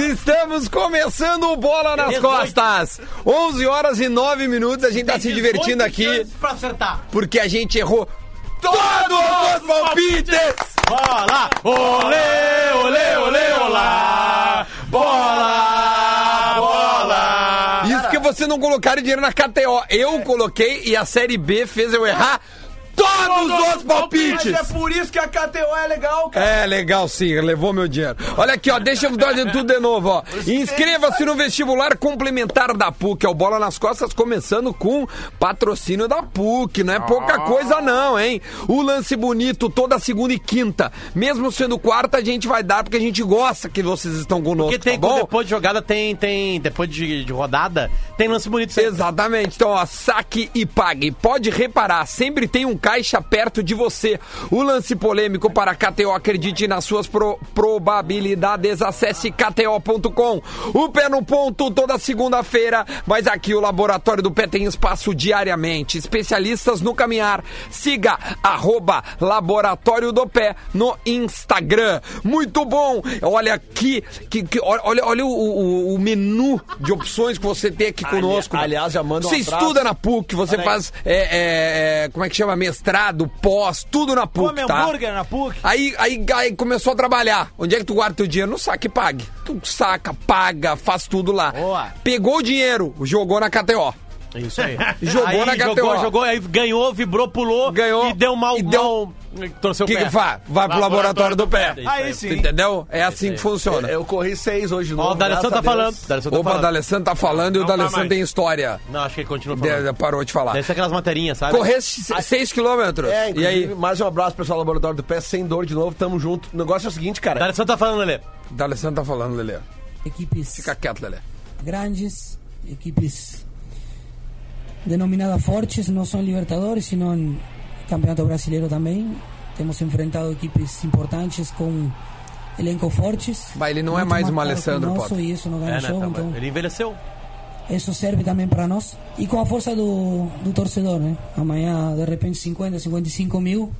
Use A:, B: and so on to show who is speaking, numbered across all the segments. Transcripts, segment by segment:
A: Estamos começando o Bola nas Costas. 11 horas e 9 minutos. A gente tá se divertindo aqui
B: Pra acertar.
A: porque a gente errou todos os palpites.
B: Bola! Olê, olê, olê, olá! Bola! Bola!
A: Isso que vocês não colocaram dinheiro na KTO. Eu coloquei e a Série B fez eu errar todos os palpites.
C: Mas é por isso que a KTO é legal, cara.
A: É legal sim, levou meu dinheiro. Olha aqui, ó, deixa eu dar de tudo de novo, ó. Inscreva-se no vestibular complementar da PUC, é o Bola nas Costas, começando com patrocínio da PUC, não é pouca coisa não, hein? O lance bonito toda segunda e quinta. Mesmo sendo quarta, a gente vai dar porque a gente gosta que vocês estão conosco,
B: Porque tem,
A: tá bom?
B: depois de jogada, tem, tem, depois de, de rodada, tem lance bonito. sempre.
A: Exatamente. Então, ó, saque e pague. Pode reparar, sempre tem um caixa perto de você. O lance polêmico para KTO, acredite nas suas pro- probabilidades. Acesse kto.com. O pé no ponto toda segunda-feira, mas aqui o Laboratório do Pé tem espaço diariamente. Especialistas no caminhar. Siga arroba Laboratório do Pé no Instagram. Muito bom! Olha aqui, que, que- olha, olha o, o- o menu de opções que você tem aqui conosco.
C: aliás, já manda um
A: Você
C: abraço.
A: estuda na PUC, você faz, é, é, é, como é que chama, mestrado, pós, tudo na PUC,
C: Come
A: tá?
C: hambúrguer na PUC.
A: Aí, aí, aí começou a trabalhar. Onde é que tu guarda teu dinheiro? No saque e pague. Tu saca, paga, faz tudo lá.
B: Boa.
A: Pegou o dinheiro, jogou na KTO.
B: Isso aí.
A: Jogou
B: aí,
A: na
B: jogou,
A: KTO.
B: jogou, aí ganhou, vibrou, pulou.
A: Ganhou
B: E deu mal.
A: e deu-
B: mal- torceu
A: O que
B: o pé.
A: que faz? Vai pro laboratório do pé.
B: Isso
C: Aí
A: Tu
C: sim.
A: Entendeu? É assim que funciona.
C: Eu corri seis hoje no
B: Ó, o D'Alessandro tá falando. D'Alessandro tá
A: Opa, o
B: falando.
A: D'Alessandro tá falando e o
D: Não tá
A: D'Alessandro
D: mais.
A: tem história.
B: Não, acho que ele continua
A: De-
B: falando.
A: de- parou de falar.
B: Deve ser aquelas materinhas, sabe?
A: Correr 6 quilômetros.
C: É,
A: e aí,
C: mais um abraço, pessoal do Laboratório do Pé, sem dor de novo, tamo junto. O negócio é o seguinte, cara.
B: Daleção tá falando, Lelê.
A: D'Alessandro tá falando, Lelê.
E: equipes
A: Fica quieto, Lelê.
E: grandes, equipes denominadas fortes, não só em Libertadores, sino em Campeonato Brasileiro também. Temos enfrentado equipes importantes com elenco fortes.
A: Bah, ele não é
E: Muito
A: mais um
E: marcado
A: Alessandro,
E: com o nosso,
A: Potter.
E: e isso não ganha
B: É, né,
E: jogo,
B: tá,
E: então
B: mas Ele envelheceu.
E: isso serve também para nós. E com a força do, do torcedor, né? Amanhã, de repente, 50, 55 mil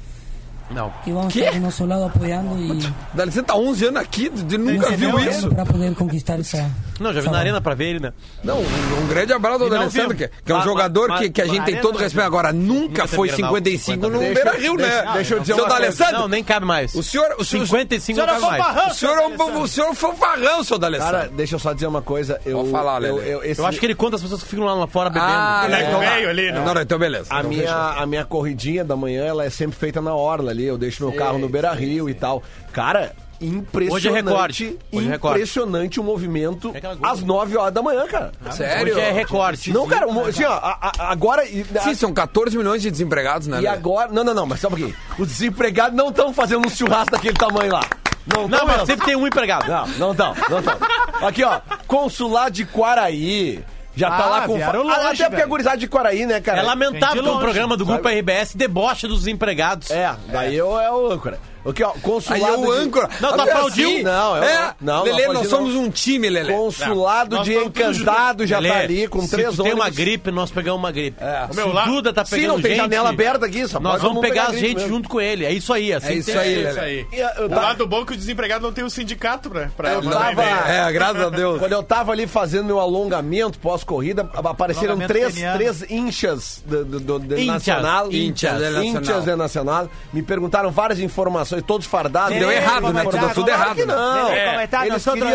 B: Não.
E: que vão
A: Quê?
E: estar do nosso lado apoiando e
A: D'Alessandro tá 11 anos aqui, ele nunca
C: Você
A: viu
C: não é?
A: isso.
E: para poder conquistar essa.
B: Não, já vi
E: essa
B: na arena pra ver ele, né?
A: Não, um um grande abraço ao
B: E não
A: D'Alessandro, que,
B: viu.
A: que é um
B: Mas-
A: jogador
B: mas-
A: que, que a
B: mas
A: gente tem
B: arena
A: todo
B: não
A: respeito. Agora, nunca
B: Nunca
A: foi
B: teve Grenal,
A: 55 no
B: 50.
A: Beira Rio, né?
C: deixa- deixa eu dizer
A: Seu
C: uma coisa.
A: D'Alessandro,
B: Não, nem cabe mais.
A: o senhor. O senhor,
B: 55 não
D: Senhora
B: cabe mais.
D: Fofarrão,
A: o senhor é um, o senhor foi um farrão, seu D'Alessandro.
C: Cara, deixa eu só dizer uma coisa. Eu,
A: Pode falar, Lelê.
C: eu, eu, esse-
B: Eu acho que ele conta as pessoas que ficam lá fora bebendo. um
A: ah,
D: Ele é
A: então
D: velho
A: tá.
D: ali,
B: né?
A: não.
D: não.
A: não, então beleza.
C: A minha, a minha corridinha da manhã, ela é sempre feita na orla ali. Eu deixo meu carro no Beira Rio e tal. Cara, impressionante.
B: Hoje é recorde. Hoje é recorde.
C: impressionante o movimento
B: É aquela coisa.
C: às 9 horas da manhã, cara.
A: Sério?
B: Hoje é recorte.
C: Não, cara, o mo- assim, ó, a- a- agora. e-
A: Sim, são 14 milhões de desempregados, né?
C: tá. E
A: Lelê?
C: agora. Não, não, não, mas só um pouquinho. Os desempregados não estão fazendo um churrasco daquele tamanho lá. Não,
B: Não,
C: tão
B: mas
C: mesmo.
B: sempre tem um empregado.
C: Não, não estão, não estão. Aqui, ó, consulado de Quaraí. Já tá
D: Ah,
C: lá com.
D: vieram longe,
C: Ah, Até porque
D: velho.
C: a gurizada de Quaraí, né,
B: É
C: cara?
D: Vem de
B: lamentável que um
D: longe,
B: programa do Grupo RBS deboche dos empregados.
C: É, daí eu é o âncora. Aqui, ó,
A: Aí
C: consulado.
A: é o
C: de- assim,
A: âncora.
B: Não, tu
A: Agora
B: aplaudiu?
A: sim.
C: Não, eu
A: é.
C: não. Não,
A: Lelê,
C: não
A: nós
C: aplaudiu,
A: somos um time, Lelê.
C: Consulado
D: Nós
C: de
D: estamos tudo
C: encantado já
B: Lelê,
C: tá ali com
B: se
C: três
B: tu tem uma
C: ônibus.
B: gripe, nós pegamos uma gripe.
C: É.
B: Se
D: Meu, lá-
B: o Duda tá
C: Sim,
B: pegando
C: não tem
B: gente,
C: janela aberta aqui, só
B: Nós
C: pode todo
B: vamos
C: mundo
B: pegar a
C: gripe
B: gente
C: mesmo.
B: junto com ele. É isso aí. Assim
A: É isso
B: tem-
A: aí,
D: Isso
A: Lelê.
D: aí.
C: Eu
D: O
C: tava-
D: lado bom é que o desempregado não tem o sindicato pra, pra
C: Eu
D: mandar
C: tava-
D: e-mail.
A: Tá É, graças a Deus.
C: Quando eu tava ali fazendo meu alongamento pós-corrida, apareceram
D: Alongamento
C: três,
D: peniano.
C: três inchas do, do, do, do
B: Inchas,
C: Nacional.
A: inchas, é nacional.
C: Inchas é nacional. Me perguntaram várias informações, todos fardados.
A: Deu errado, né? Tu
B: tá,
A: deu tudo
C: Claro
A: errado.
C: que
A: né?
C: não.
D: É.
C: Eles queriam- eles queriam saber-
D: Aí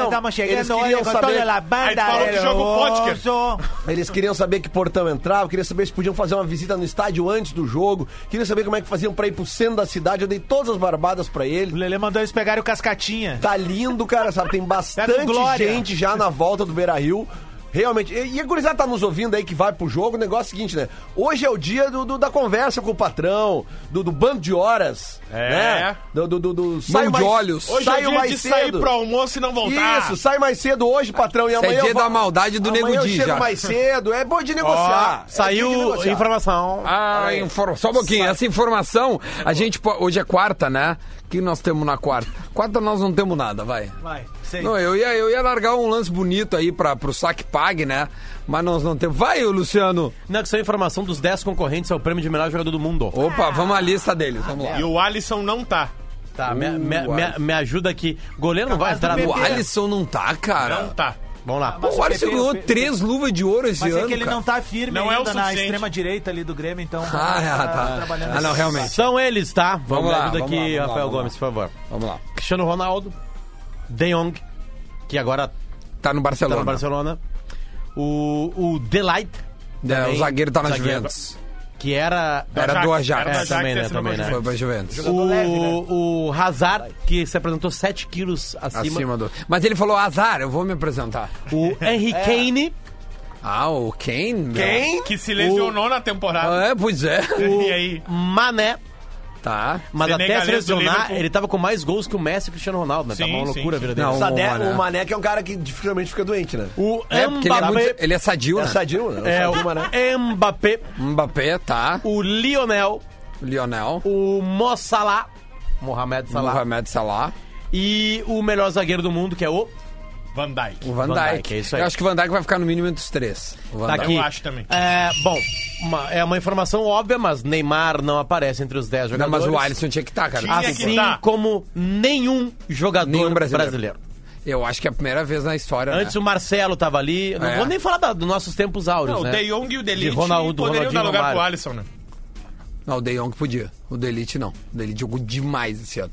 D: tu falou que joga o podcast.
C: Eles queriam saber que portão entrava, queriam saber se podiam fazer uma visita no estádio antes do jogo, queriam saber como é que faziam pra ir pro centro da cidade. Eu dei todas as barbadas pra
D: O
C: ele.
D: Lelê mandou eles pegarem o cascatinha.
C: Tá lindo, cara, sabe? Tem
D: Pega
C: bastante
D: o Glória.
C: gente já na volta do Beira Rio. Realmente, e e a gurizada tá nos ouvindo aí que vai pro jogo. O negócio é o seguinte, né? Hoje é o dia do, do- da conversa com o patrão, do, do bando de horas.
D: É.
C: Né? Do, do, do, do saio
A: de olhos.
D: Hoje
C: saio
D: é dia
C: mais
D: de
C: cedo.
D: sair pro almoço e não voltar.
C: Isso, sai mais cedo hoje, patrão. E
A: Isso é
C: amanhã.
A: dia
C: eu vou-
A: da maldade do
C: amanhã
A: Nego
C: eu
A: Di,
C: chego
A: já.
C: mais cedo. É bom de negociar.
D: Ah,
B: Ó,
C: É
B: Tá,
C: bom de
B: saiu
C: negociar.
B: informação.
A: Ah, informa- só um pouquinho. Essa informação, a gente. po- Hoje é quarta, né? O que nós temos na quarta? Quarta nós não temos nada, vai.
D: Vai, sei.
A: Não, eu ia, eu ia largar um lance bonito aí pra, pro saque pague, né? Mas nós não temos. Vai, ô, Luciano!
B: Não, que saiu informação dos 10 concorrentes ao prêmio de melhor jogador do mundo.
A: Opa, vamos à lista deles. Vamos lá.
D: E o Alisson não tá.
B: Tá, me, me-
A: Uh,
B: me- me ajuda aqui. Goleiro não vai
D: Capaz do
B: entrar
D: PP.
A: O
B: no
D: Pepe.
A: Alisson não tá, cara.
D: Não tá.
B: Vamos lá.
A: Pô,
F: Mas
A: o
F: o
A: Alisson
F: PP
A: ganhou
F: pe-
A: três luvas de ouro esse
F: Mas
A: ano.
F: é que ele
A: cara.
F: não tá firme
D: Não é o
F: ainda na
D: suficiente.
F: extrema direita ali do Grêmio, então.
A: Ah, tá.
F: trabalhando assim.
A: Ah, não, realmente.
B: São eles, tá?
A: Vamos
B: me
A: lá,
B: ajuda
A: vamos
B: aqui,
A: lá, vamos lá,
B: Rafael
A: vamos lá.
B: Gomes, por favor.
A: Vamos lá.
B: Cristiano Ronaldo, De Jong, que agora
A: Tá no
B: tá
A: Barcelona.
B: no Barcelona. O, o Delight,
A: É, o
B: também.
A: zagueiro tá na
B: Zagueiro.
A: Juventus.
B: que era...
A: Era do Ajax.
D: Era do
A: É,
D: Ajax,
B: também, né,
D: esse não
B: também,
D: é
B: né?
D: Ajax.
A: Foi pra Juventus.
B: O,
F: leve, né?
B: o Hazard, que se apresentou 7 quilos acima.
A: Acima do. Mas ele falou azar, eu vou me apresentar.
B: O Henry
D: É.
B: Kane,
A: Ah, o Kane? meu.
D: Que se lesionou na temporada.
A: É, pois é.
D: E aí?
B: Mané,
A: Tá.
B: mas até se
D: Senegalês do
B: lesionar,
D: Liverpool.
B: ele tava com mais gols que o Messi e o Cristiano Ronaldo, né?
D: Sim,
B: tava uma
D: sim,
B: loucura a vida
D: sim.
B: dele.
A: Não,
C: O, Sadé,
A: Mané.
C: o Mané que é um cara que dificilmente fica doente, né?
B: O
A: É, porque ele é, muito,
B: Mbappé,
A: ele é sadio, né?
C: É sadio, né?
B: é,
C: sadio Mané.
B: o Mbappé,
A: Mbappé, tá.
B: o Lionel,
A: Lionel.
B: o Mo Salah, Mohamed Salah,
A: Mohamed Salah.
B: e o melhor zagueiro do mundo, que é o...
D: Van Dijk.
A: O Van,
B: Van
A: Dijk.
B: Dijk, é isso aí.
A: Eu acho que o Van Dijk vai ficar no mínimo entre os três. O Van
B: Tá
A: Dijk.
B: aqui.
D: acho também.
B: É, bom, uma- é uma informação óbvia, mas Neymar não aparece entre os 10
A: Não,
B: jogadores.
A: mas o Alisson tinha que estar, cara. Ah,
D: Tinha
A: Desculpa.
D: que
B: Assim
D: tá.
B: como nenhum jogador
A: Nenhum brasileiro.
B: brasileiro.
A: Eu acho que é a primeira vez na história,
B: Antes
A: né?
B: o Marcelo tava ali. Não
A: É.
B: vou nem falar da- dos nossos tempos áureos,
D: Não,
B: né?
D: o De Jong e o
B: De
D: Delite
B: Ronaldo,
D: poderiam dar
B: Ronaldinho
D: lugar pro
B: Romário.
D: Alisson, né?
A: Não, o De Jong podia. O De Elite não. O De Elite jogou demais esse ano.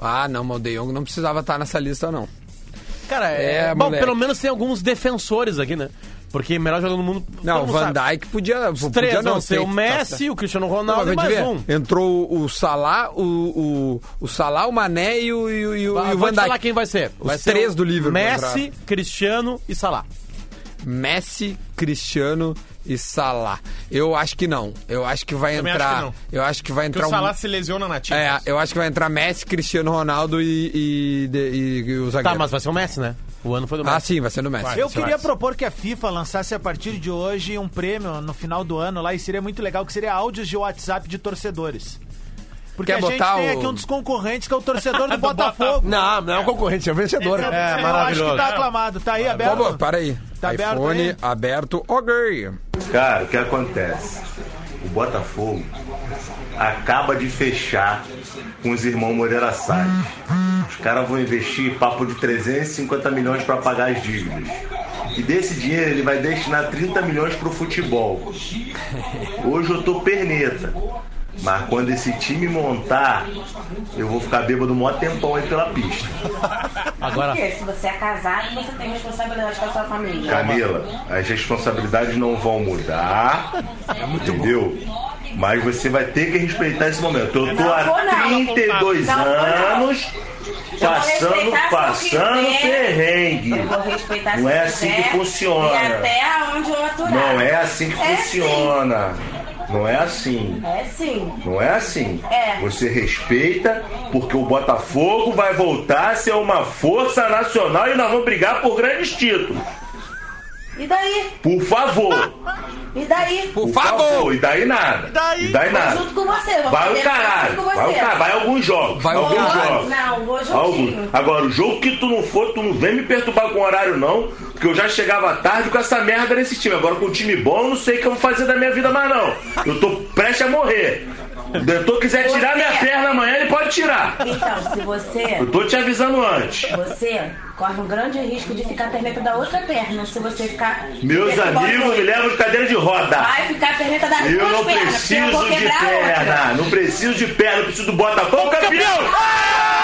A: Ah, não, mas o De Jong não precisava estar nessa lista, não.
B: Cara, é,
A: É,
B: bom,
A: moleque.
B: pelo menos tem alguns defensores aqui, né? Porque melhor jogador do mundo...
A: Não,
B: todo
A: o
B: mundo
A: Van
B: sabe.
A: Dijk podia...
B: Três
A: podia
B: vão
A: não
B: ser
A: tem que-
B: o
A: tá
B: Messi, o Cristiano Ronaldo e
A: Acabei de
B: mais
A: ver.
B: um.
A: Entrou o Salah, o, o, o Salah, o Mané e o, e o, e o-
B: Ah,
A: e o
B: vou
A: Van
B: te falar
A: Dijk.
B: quem vai ser.
A: Os
B: Vai ser
A: três
B: o
A: do Liverpool
B: Messi, Cristiano e Salah.
A: Messi, Cristiano e Salah. Eu acho que não. Eu acho que vai
D: Também acho que
A: entrar.
D: não.
A: eu acho que vai
D: Porque
A: entrar um
D: o Salah se lesiona na Champions.
A: É, eu acho que vai entrar Messi, Cristiano Ronaldo e, e, de- e- e o zagueiro.
B: Tá, mas vai ser o Messi, né? O ano foi do Messi.
A: Ah, sim, vai ser no Messi.
F: Eu
A: Vai ser
F: queria
A: no Messi.
F: propor que a FIFA lançasse a partir de hoje um prêmio no final do ano lá, e seria muito legal, que seria áudios de WhatsApp de torcedores. Porque
A: Quer
F: a gente
A: botar
F: tem
A: o-
F: aqui um dos concorrentes que é o torcedor do Botafogo.
C: Não, não é um concorrente, é um vencedor.
F: Eu
C: É.
F: acho que
B: maravilhoso.
F: tá aclamado. Tá aí aberto.
A: Bobo, Ah, para aí.
F: Tá aberto
A: iPhone
F: aí?
A: aberto. Ok.
G: Cara, o que acontece? O Botafogo acaba de fechar com os irmãos Moreira Salles. Os caras vão investir papo de 350 milhões para pagar as dívidas. E desse dinheiro ele vai destinar 30 milhões pro futebol. Hoje eu tô perneta. Mas quando esse time montar, eu vou ficar bêbado o maior tempão aí pela pista.
B: Agora,
H: Porque se você é casado, você tem responsabilidade com a sua família.
G: Camila, as responsabilidades não vão mudar. entendeu? Mas você vai ter que respeitar esse momento. Eu tô
H: Não vou
G: há
H: não, não
G: 32
H: vou não.
G: anos
H: Eu vou
G: passando,
H: respeitar se eu
G: passando
H: quiser.
G: perrengue.
H: Eu vou respeitar
G: Não
H: se
G: é
H: eu
G: assim que
H: quiser,
G: funciona.
H: E até onde eu aturar.
G: Não é assim que
H: É
G: funciona. Não é assim.
H: sim. É sim.
G: Não é assim.
H: É.
G: Você respeita, porque o Botafogo vai voltar a ser uma força nacional e nós vamos brigar por grandes títulos.
H: E daí?
G: Por favor.
H: E daí?
G: Então,
A: Por favor.
G: E daí nada.
F: Daí-
G: e daí
H: Vou
G: nada.
H: junto com você. Vou
G: Vai
H: fazer
G: o caralho.
H: junto com
G: Vai o
H: você.
G: caralho. Vai alguns jogos.
A: Vai
G: alguns
A: alguns
G: jogos.
H: Não, vou juntinho.
G: Alguns. Agora, o jogo que tu não for, tu não vem me perturbar com o horário, não. Porque eu já chegava tarde com essa merda nesse time. Agora, com o time bom, eu não sei o que eu vou fazer da minha vida mais, não. Eu tô prestes a morrer. O Dentor quiser tirar minha
H: é.
G: perna amanhã, ele pode tirar.
H: Então, se você...
G: Eu tô te avisando antes.
H: Você corre um grande risco de ficar perneta da outra perna. Se você ficar...
G: Meus
H: se você
G: amigos, me levam de cadeira de roda.
H: Vai ficar perneta das
G: Eu
H: duas
G: não
H: pernas, porque eu
G: preciso
H: vou
G: de
H: quebrar a outra.
G: perna, não preciso de perna, eu preciso do Botafogo campeão!
A: É!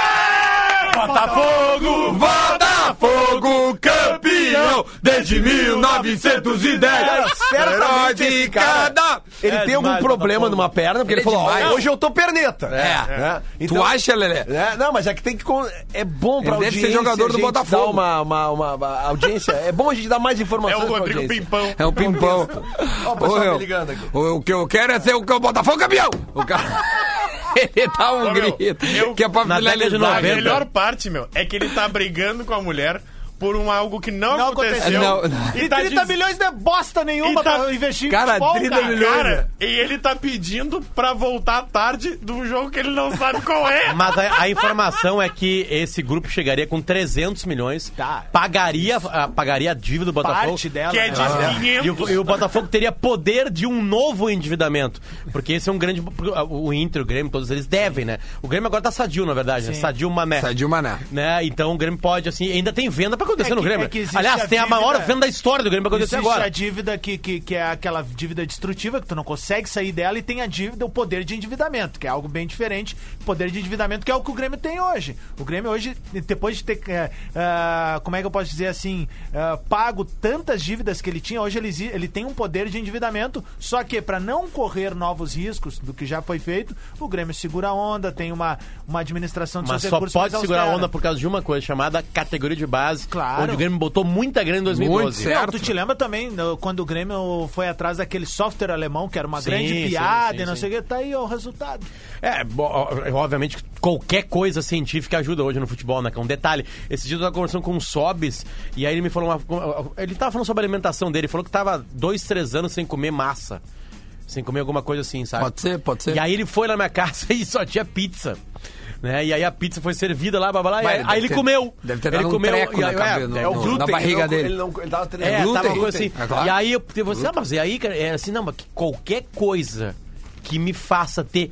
B: Botafogo, Botafogo, campeão desde 1910.
A: Herói
C: Certamente
A: de
C: esse cara,
A: cada...
C: ele
B: É
C: tem algum
B: demais,
C: problema
B: Botafogo.
C: numa perna, porque
A: Ele
C: ele,
A: é
C: falou, ó,
A: demais.
C: hoje eu tô perneta.
A: É.
C: Né?
A: Tu acha, Lelé?
C: É, não, mas é que tem que. con- É bom pra
A: Ele deve
C: audiência.
A: ser jogador do
C: a gente
A: Botafogo.
C: dar Uma, uma, uma- uma audiência. É bom a gente dar mais
D: É
C: informações.
D: o
C: pra
D: Rodrigo
C: audiência.
D: Pimpão.
A: É um pimpão.
C: Ó, o pessoal
A: Ô,
C: me
A: eu-
C: ligando aqui.
A: O, o que eu quero é ser o, o Botafogo campeão. O cara... Ele dá um
D: Ô, meu,
A: grito.
D: eu-
A: que é pra
B: na década de
A: finalizar.
D: A
B: 90.
D: melhor parte, meu, é que ele tá brigando com a mulher por um algo que não,
F: Não
D: aconteceu.
F: aconteceu.
A: Não, não.
F: E
D: E tá
F: 30
D: diz-
F: milhões não é bosta nenhuma
D: E tá-
F: pra investir em
A: Cara,
F: futebol,
A: 30
F: cara.
A: milhões.
D: Cara, e ele tá pedindo pra voltar tarde do jogo que ele não sabe qual é.
B: Mas a, a informação é que esse grupo chegaria com 300 milhões,
F: Tá.
B: pagaria, a- pagaria a dívida do Botafogo.
F: Parte dela.
D: Que é
F: né?
D: de
B: E o,
D: 500.
B: e o Botafogo teria poder de um novo endividamento. Porque esse é um grande. O Inter, o Grêmio, todos eles devem, né? O Grêmio agora tá sadio, na verdade. Né? Sadio Mané.
A: Sadio Mané.
B: Né? Então o Grêmio pode, assim, ainda tem venda pra acontecendo no
F: É que-
B: Grêmio.
F: é que existe
B: Aliás,
F: a
B: tem a
F: dívida-
B: maior venda da história do Grêmio pra acontecer
F: Existe
B: agora.
F: a dívida que, que, que é aquela dívida destrutiva, que tu não consegue sair dela, e tem a dívida, o poder de endividamento, que é algo bem diferente. Poder de endividamento que é o que o Grêmio tem hoje. O Grêmio hoje, depois de ter, eh, ah, como é que eu posso dizer assim, ah, pago tantas dívidas que ele tinha, hoje ele, exi- ele tem um poder de endividamento, só que para não correr novos riscos do que já foi feito, o Grêmio segura a onda, tem uma, uma administração de
B: Mas
F: seus
B: só
F: recursos
B: pode
F: mais
B: segurar a
F: austera.
B: onda por causa de uma coisa chamada categoria de base,
F: Claro.
B: onde o Grêmio botou muita grana em 2012.
A: Muito
F: Não,
A: certo.
F: tu te lembra também no- quando o Grêmio foi atrás daquele software alemão que era uma
B: Sim,
F: grande
B: sim,
F: piada
B: sim,
F: e não
B: sim.
F: sei o que, tá aí ó, o resultado.
B: É, bo- ó, obviamente qualquer coisa científica ajuda hoje no futebol, né? Que é um detalhe. Esse dia eu tava conversando com o Sobis e aí ele me falou uma. Ele tava falando sobre a alimentação dele, falou que tava dois, três anos sem comer massa. Sem comer alguma coisa assim, sabe?
A: Pode ser, pode ser.
B: E aí ele foi na minha casa e só tinha pizza. Né? E aí a pizza foi servida lá, blá, blá, blá, e
A: Vai,
B: aí,
A: deve
B: aí ele
A: ter-
B: comeu.
A: deve ter
B: ele
A: dado um treco
B: e
A: na
B: aí-
A: cabe-
B: é,
A: no-
B: é o
A: no-
B: glúten.
A: na barriga
C: ele, não,
A: dele.
C: ele não ele tava treinando.
B: É,
A: glúten.
B: tava uma coisa assim.
A: É claro.
B: E aí eu, eu você, ah, mas e aí, cara, é assim, não, mas que qualquer coisa que me faça ter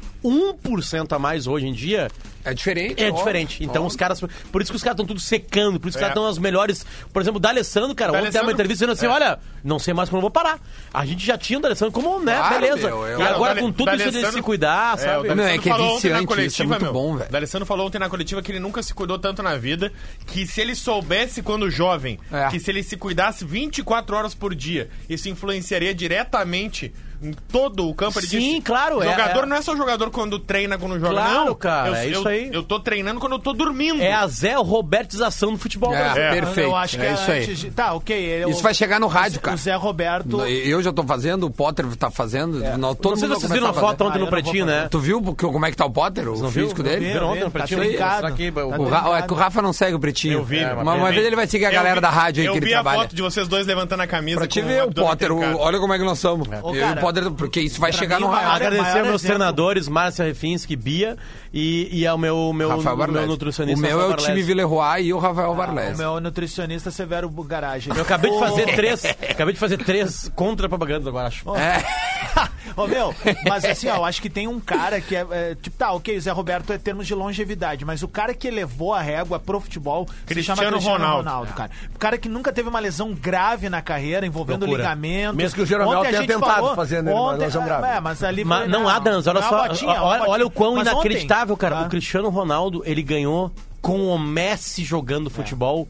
B: 1% a mais hoje em dia
A: É diferente.
B: é
A: ó.
B: diferente. Então os caras. Por isso que os caras estão tudo secando, por isso que os caras
D: É.
B: estão as melhores. Por exemplo, o D'Alessandro, cara, ontem tem uma
D: D'Alessandro-
B: entrevista dizendo assim:
D: é.
B: olha, não sei mais como eu vou parar. A gente já tinha o D'Alessandro como, né?
A: Claro,
B: beleza.
A: meu, eu-
B: e
A: Cara,
B: agora
D: o Dale-
B: com tudo isso de
D: D'Alessandro-
B: se cuidar,
D: É, o
B: sabe?
A: Não, é
D: D'Alessandro
A: que é
D: falou ontem na
A: viciante isso, é
D: coletiva,
A: muito
D: meu.
A: bom, velho.
D: D'Alessandro falou ontem na coletiva que ele nunca se cuidou tanto na vida, que se ele soubesse quando jovem,
A: É.
D: que se ele se cuidasse 24 horas por dia, isso influenciaria diretamente em todo o campo. Ele
B: Sim,
D: disse,
B: claro, é-
D: Jogador
B: é-
D: não é só jogador quando treina, quando joga.
B: Claro,
D: não,
B: cara,
D: eu,
B: é
D: eu-
B: isso aí.
D: Eu tô treinando quando eu tô dormindo.
B: É a Zé Robertização do futebol né?
A: É,
B: brasileiro.
A: perfeito.
F: Eu acho que
A: é isso aí.
F: antes de- Tá, ok. ele-
A: Isso
F: o-
A: vai chegar no rádio,
F: o-
A: cara.
F: O Zé Roberto.
A: Eu já tô fazendo, o Potter tá fazendo. Não, todo
B: Não sei se
A: mundo
B: vocês
A: vai
B: viram a
A: começar
B: foto
A: fazer.
F: Ah,
B: ontem
F: eu
B: no
F: não vou
B: Pretinho,
F: fazer.
B: né?
A: Tu viu que- como é que tá o Potter, o
B: não viu?
A: físico
B: Não
A: dele?
B: vi,
F: Viram
B: ontem no
F: tá
B: Pretinho?
F: trincado.
B: Será que-
F: Tá
B: o-
A: O Ra- é que o Rafa não segue o Pretinho.
D: Eu vi,
A: É,
D: meu,
A: mas
D: eu
A: uma
D: vi.
A: vez ele vai seguir a
D: Eu
A: galera
D: vi-
A: da rádio aí
D: eu
A: que ele
D: vi
A: trabalha.
D: a foto de vocês dois levantando a camisa.
A: Pra te
D: com
A: ver o
D: abdômen
A: Potter, o-
D: trincado.
A: olha como é que nós somos.
F: Ô,
A: E
F: cara,
A: o Potter, porque isso vai
F: pra
A: chegar
F: mim,
A: no
F: o maior
A: rádio.
B: Agradecer
F: É, maior
B: aos meus
F: exemplo.
B: treinadores, Márcia Refinski, Bia, e, e ao meu, meu,
A: Rafael
B: meu
A: Barlese.
B: nutricionista.
A: O meu é
B: Rafael
A: o time
B: Barlese.
A: Villeroy e o Rafael
F: O
A: Barlese.
F: meu nutricionista Severo Garage.
B: Eu acabei de fazer três. acabei de fazer três contra-propagandas agora, acho.
A: É.
F: Ô, meu, mas assim, ó, eu acho que tem um cara que é, é, Tipo, tá, ok, o Zé Roberto é termos de longevidade, mas o cara que elevou a régua pro futebol se chama
D: Cristiano
F: Cristiano Ronaldo.
D: Ronaldo.
F: cara. O cara que nunca teve uma lesão grave na carreira, envolvendo
B: Loucura.
F: ligamento.
C: Mesmo que o Jeromel tenha tentado fazer, né, uma lesão grave.
F: É, mas ali
B: Mas
F: foi,
B: não,
F: né,
B: Adams, olha
F: uma
B: só.
F: botinha, uma
B: olha,
F: botinha.
B: olha o quão
F: Mas ontem,
B: inacreditável, cara.
F: tá?
B: O Cristiano Ronaldo, ele ganhou com o Messi
F: É.
B: jogando futebol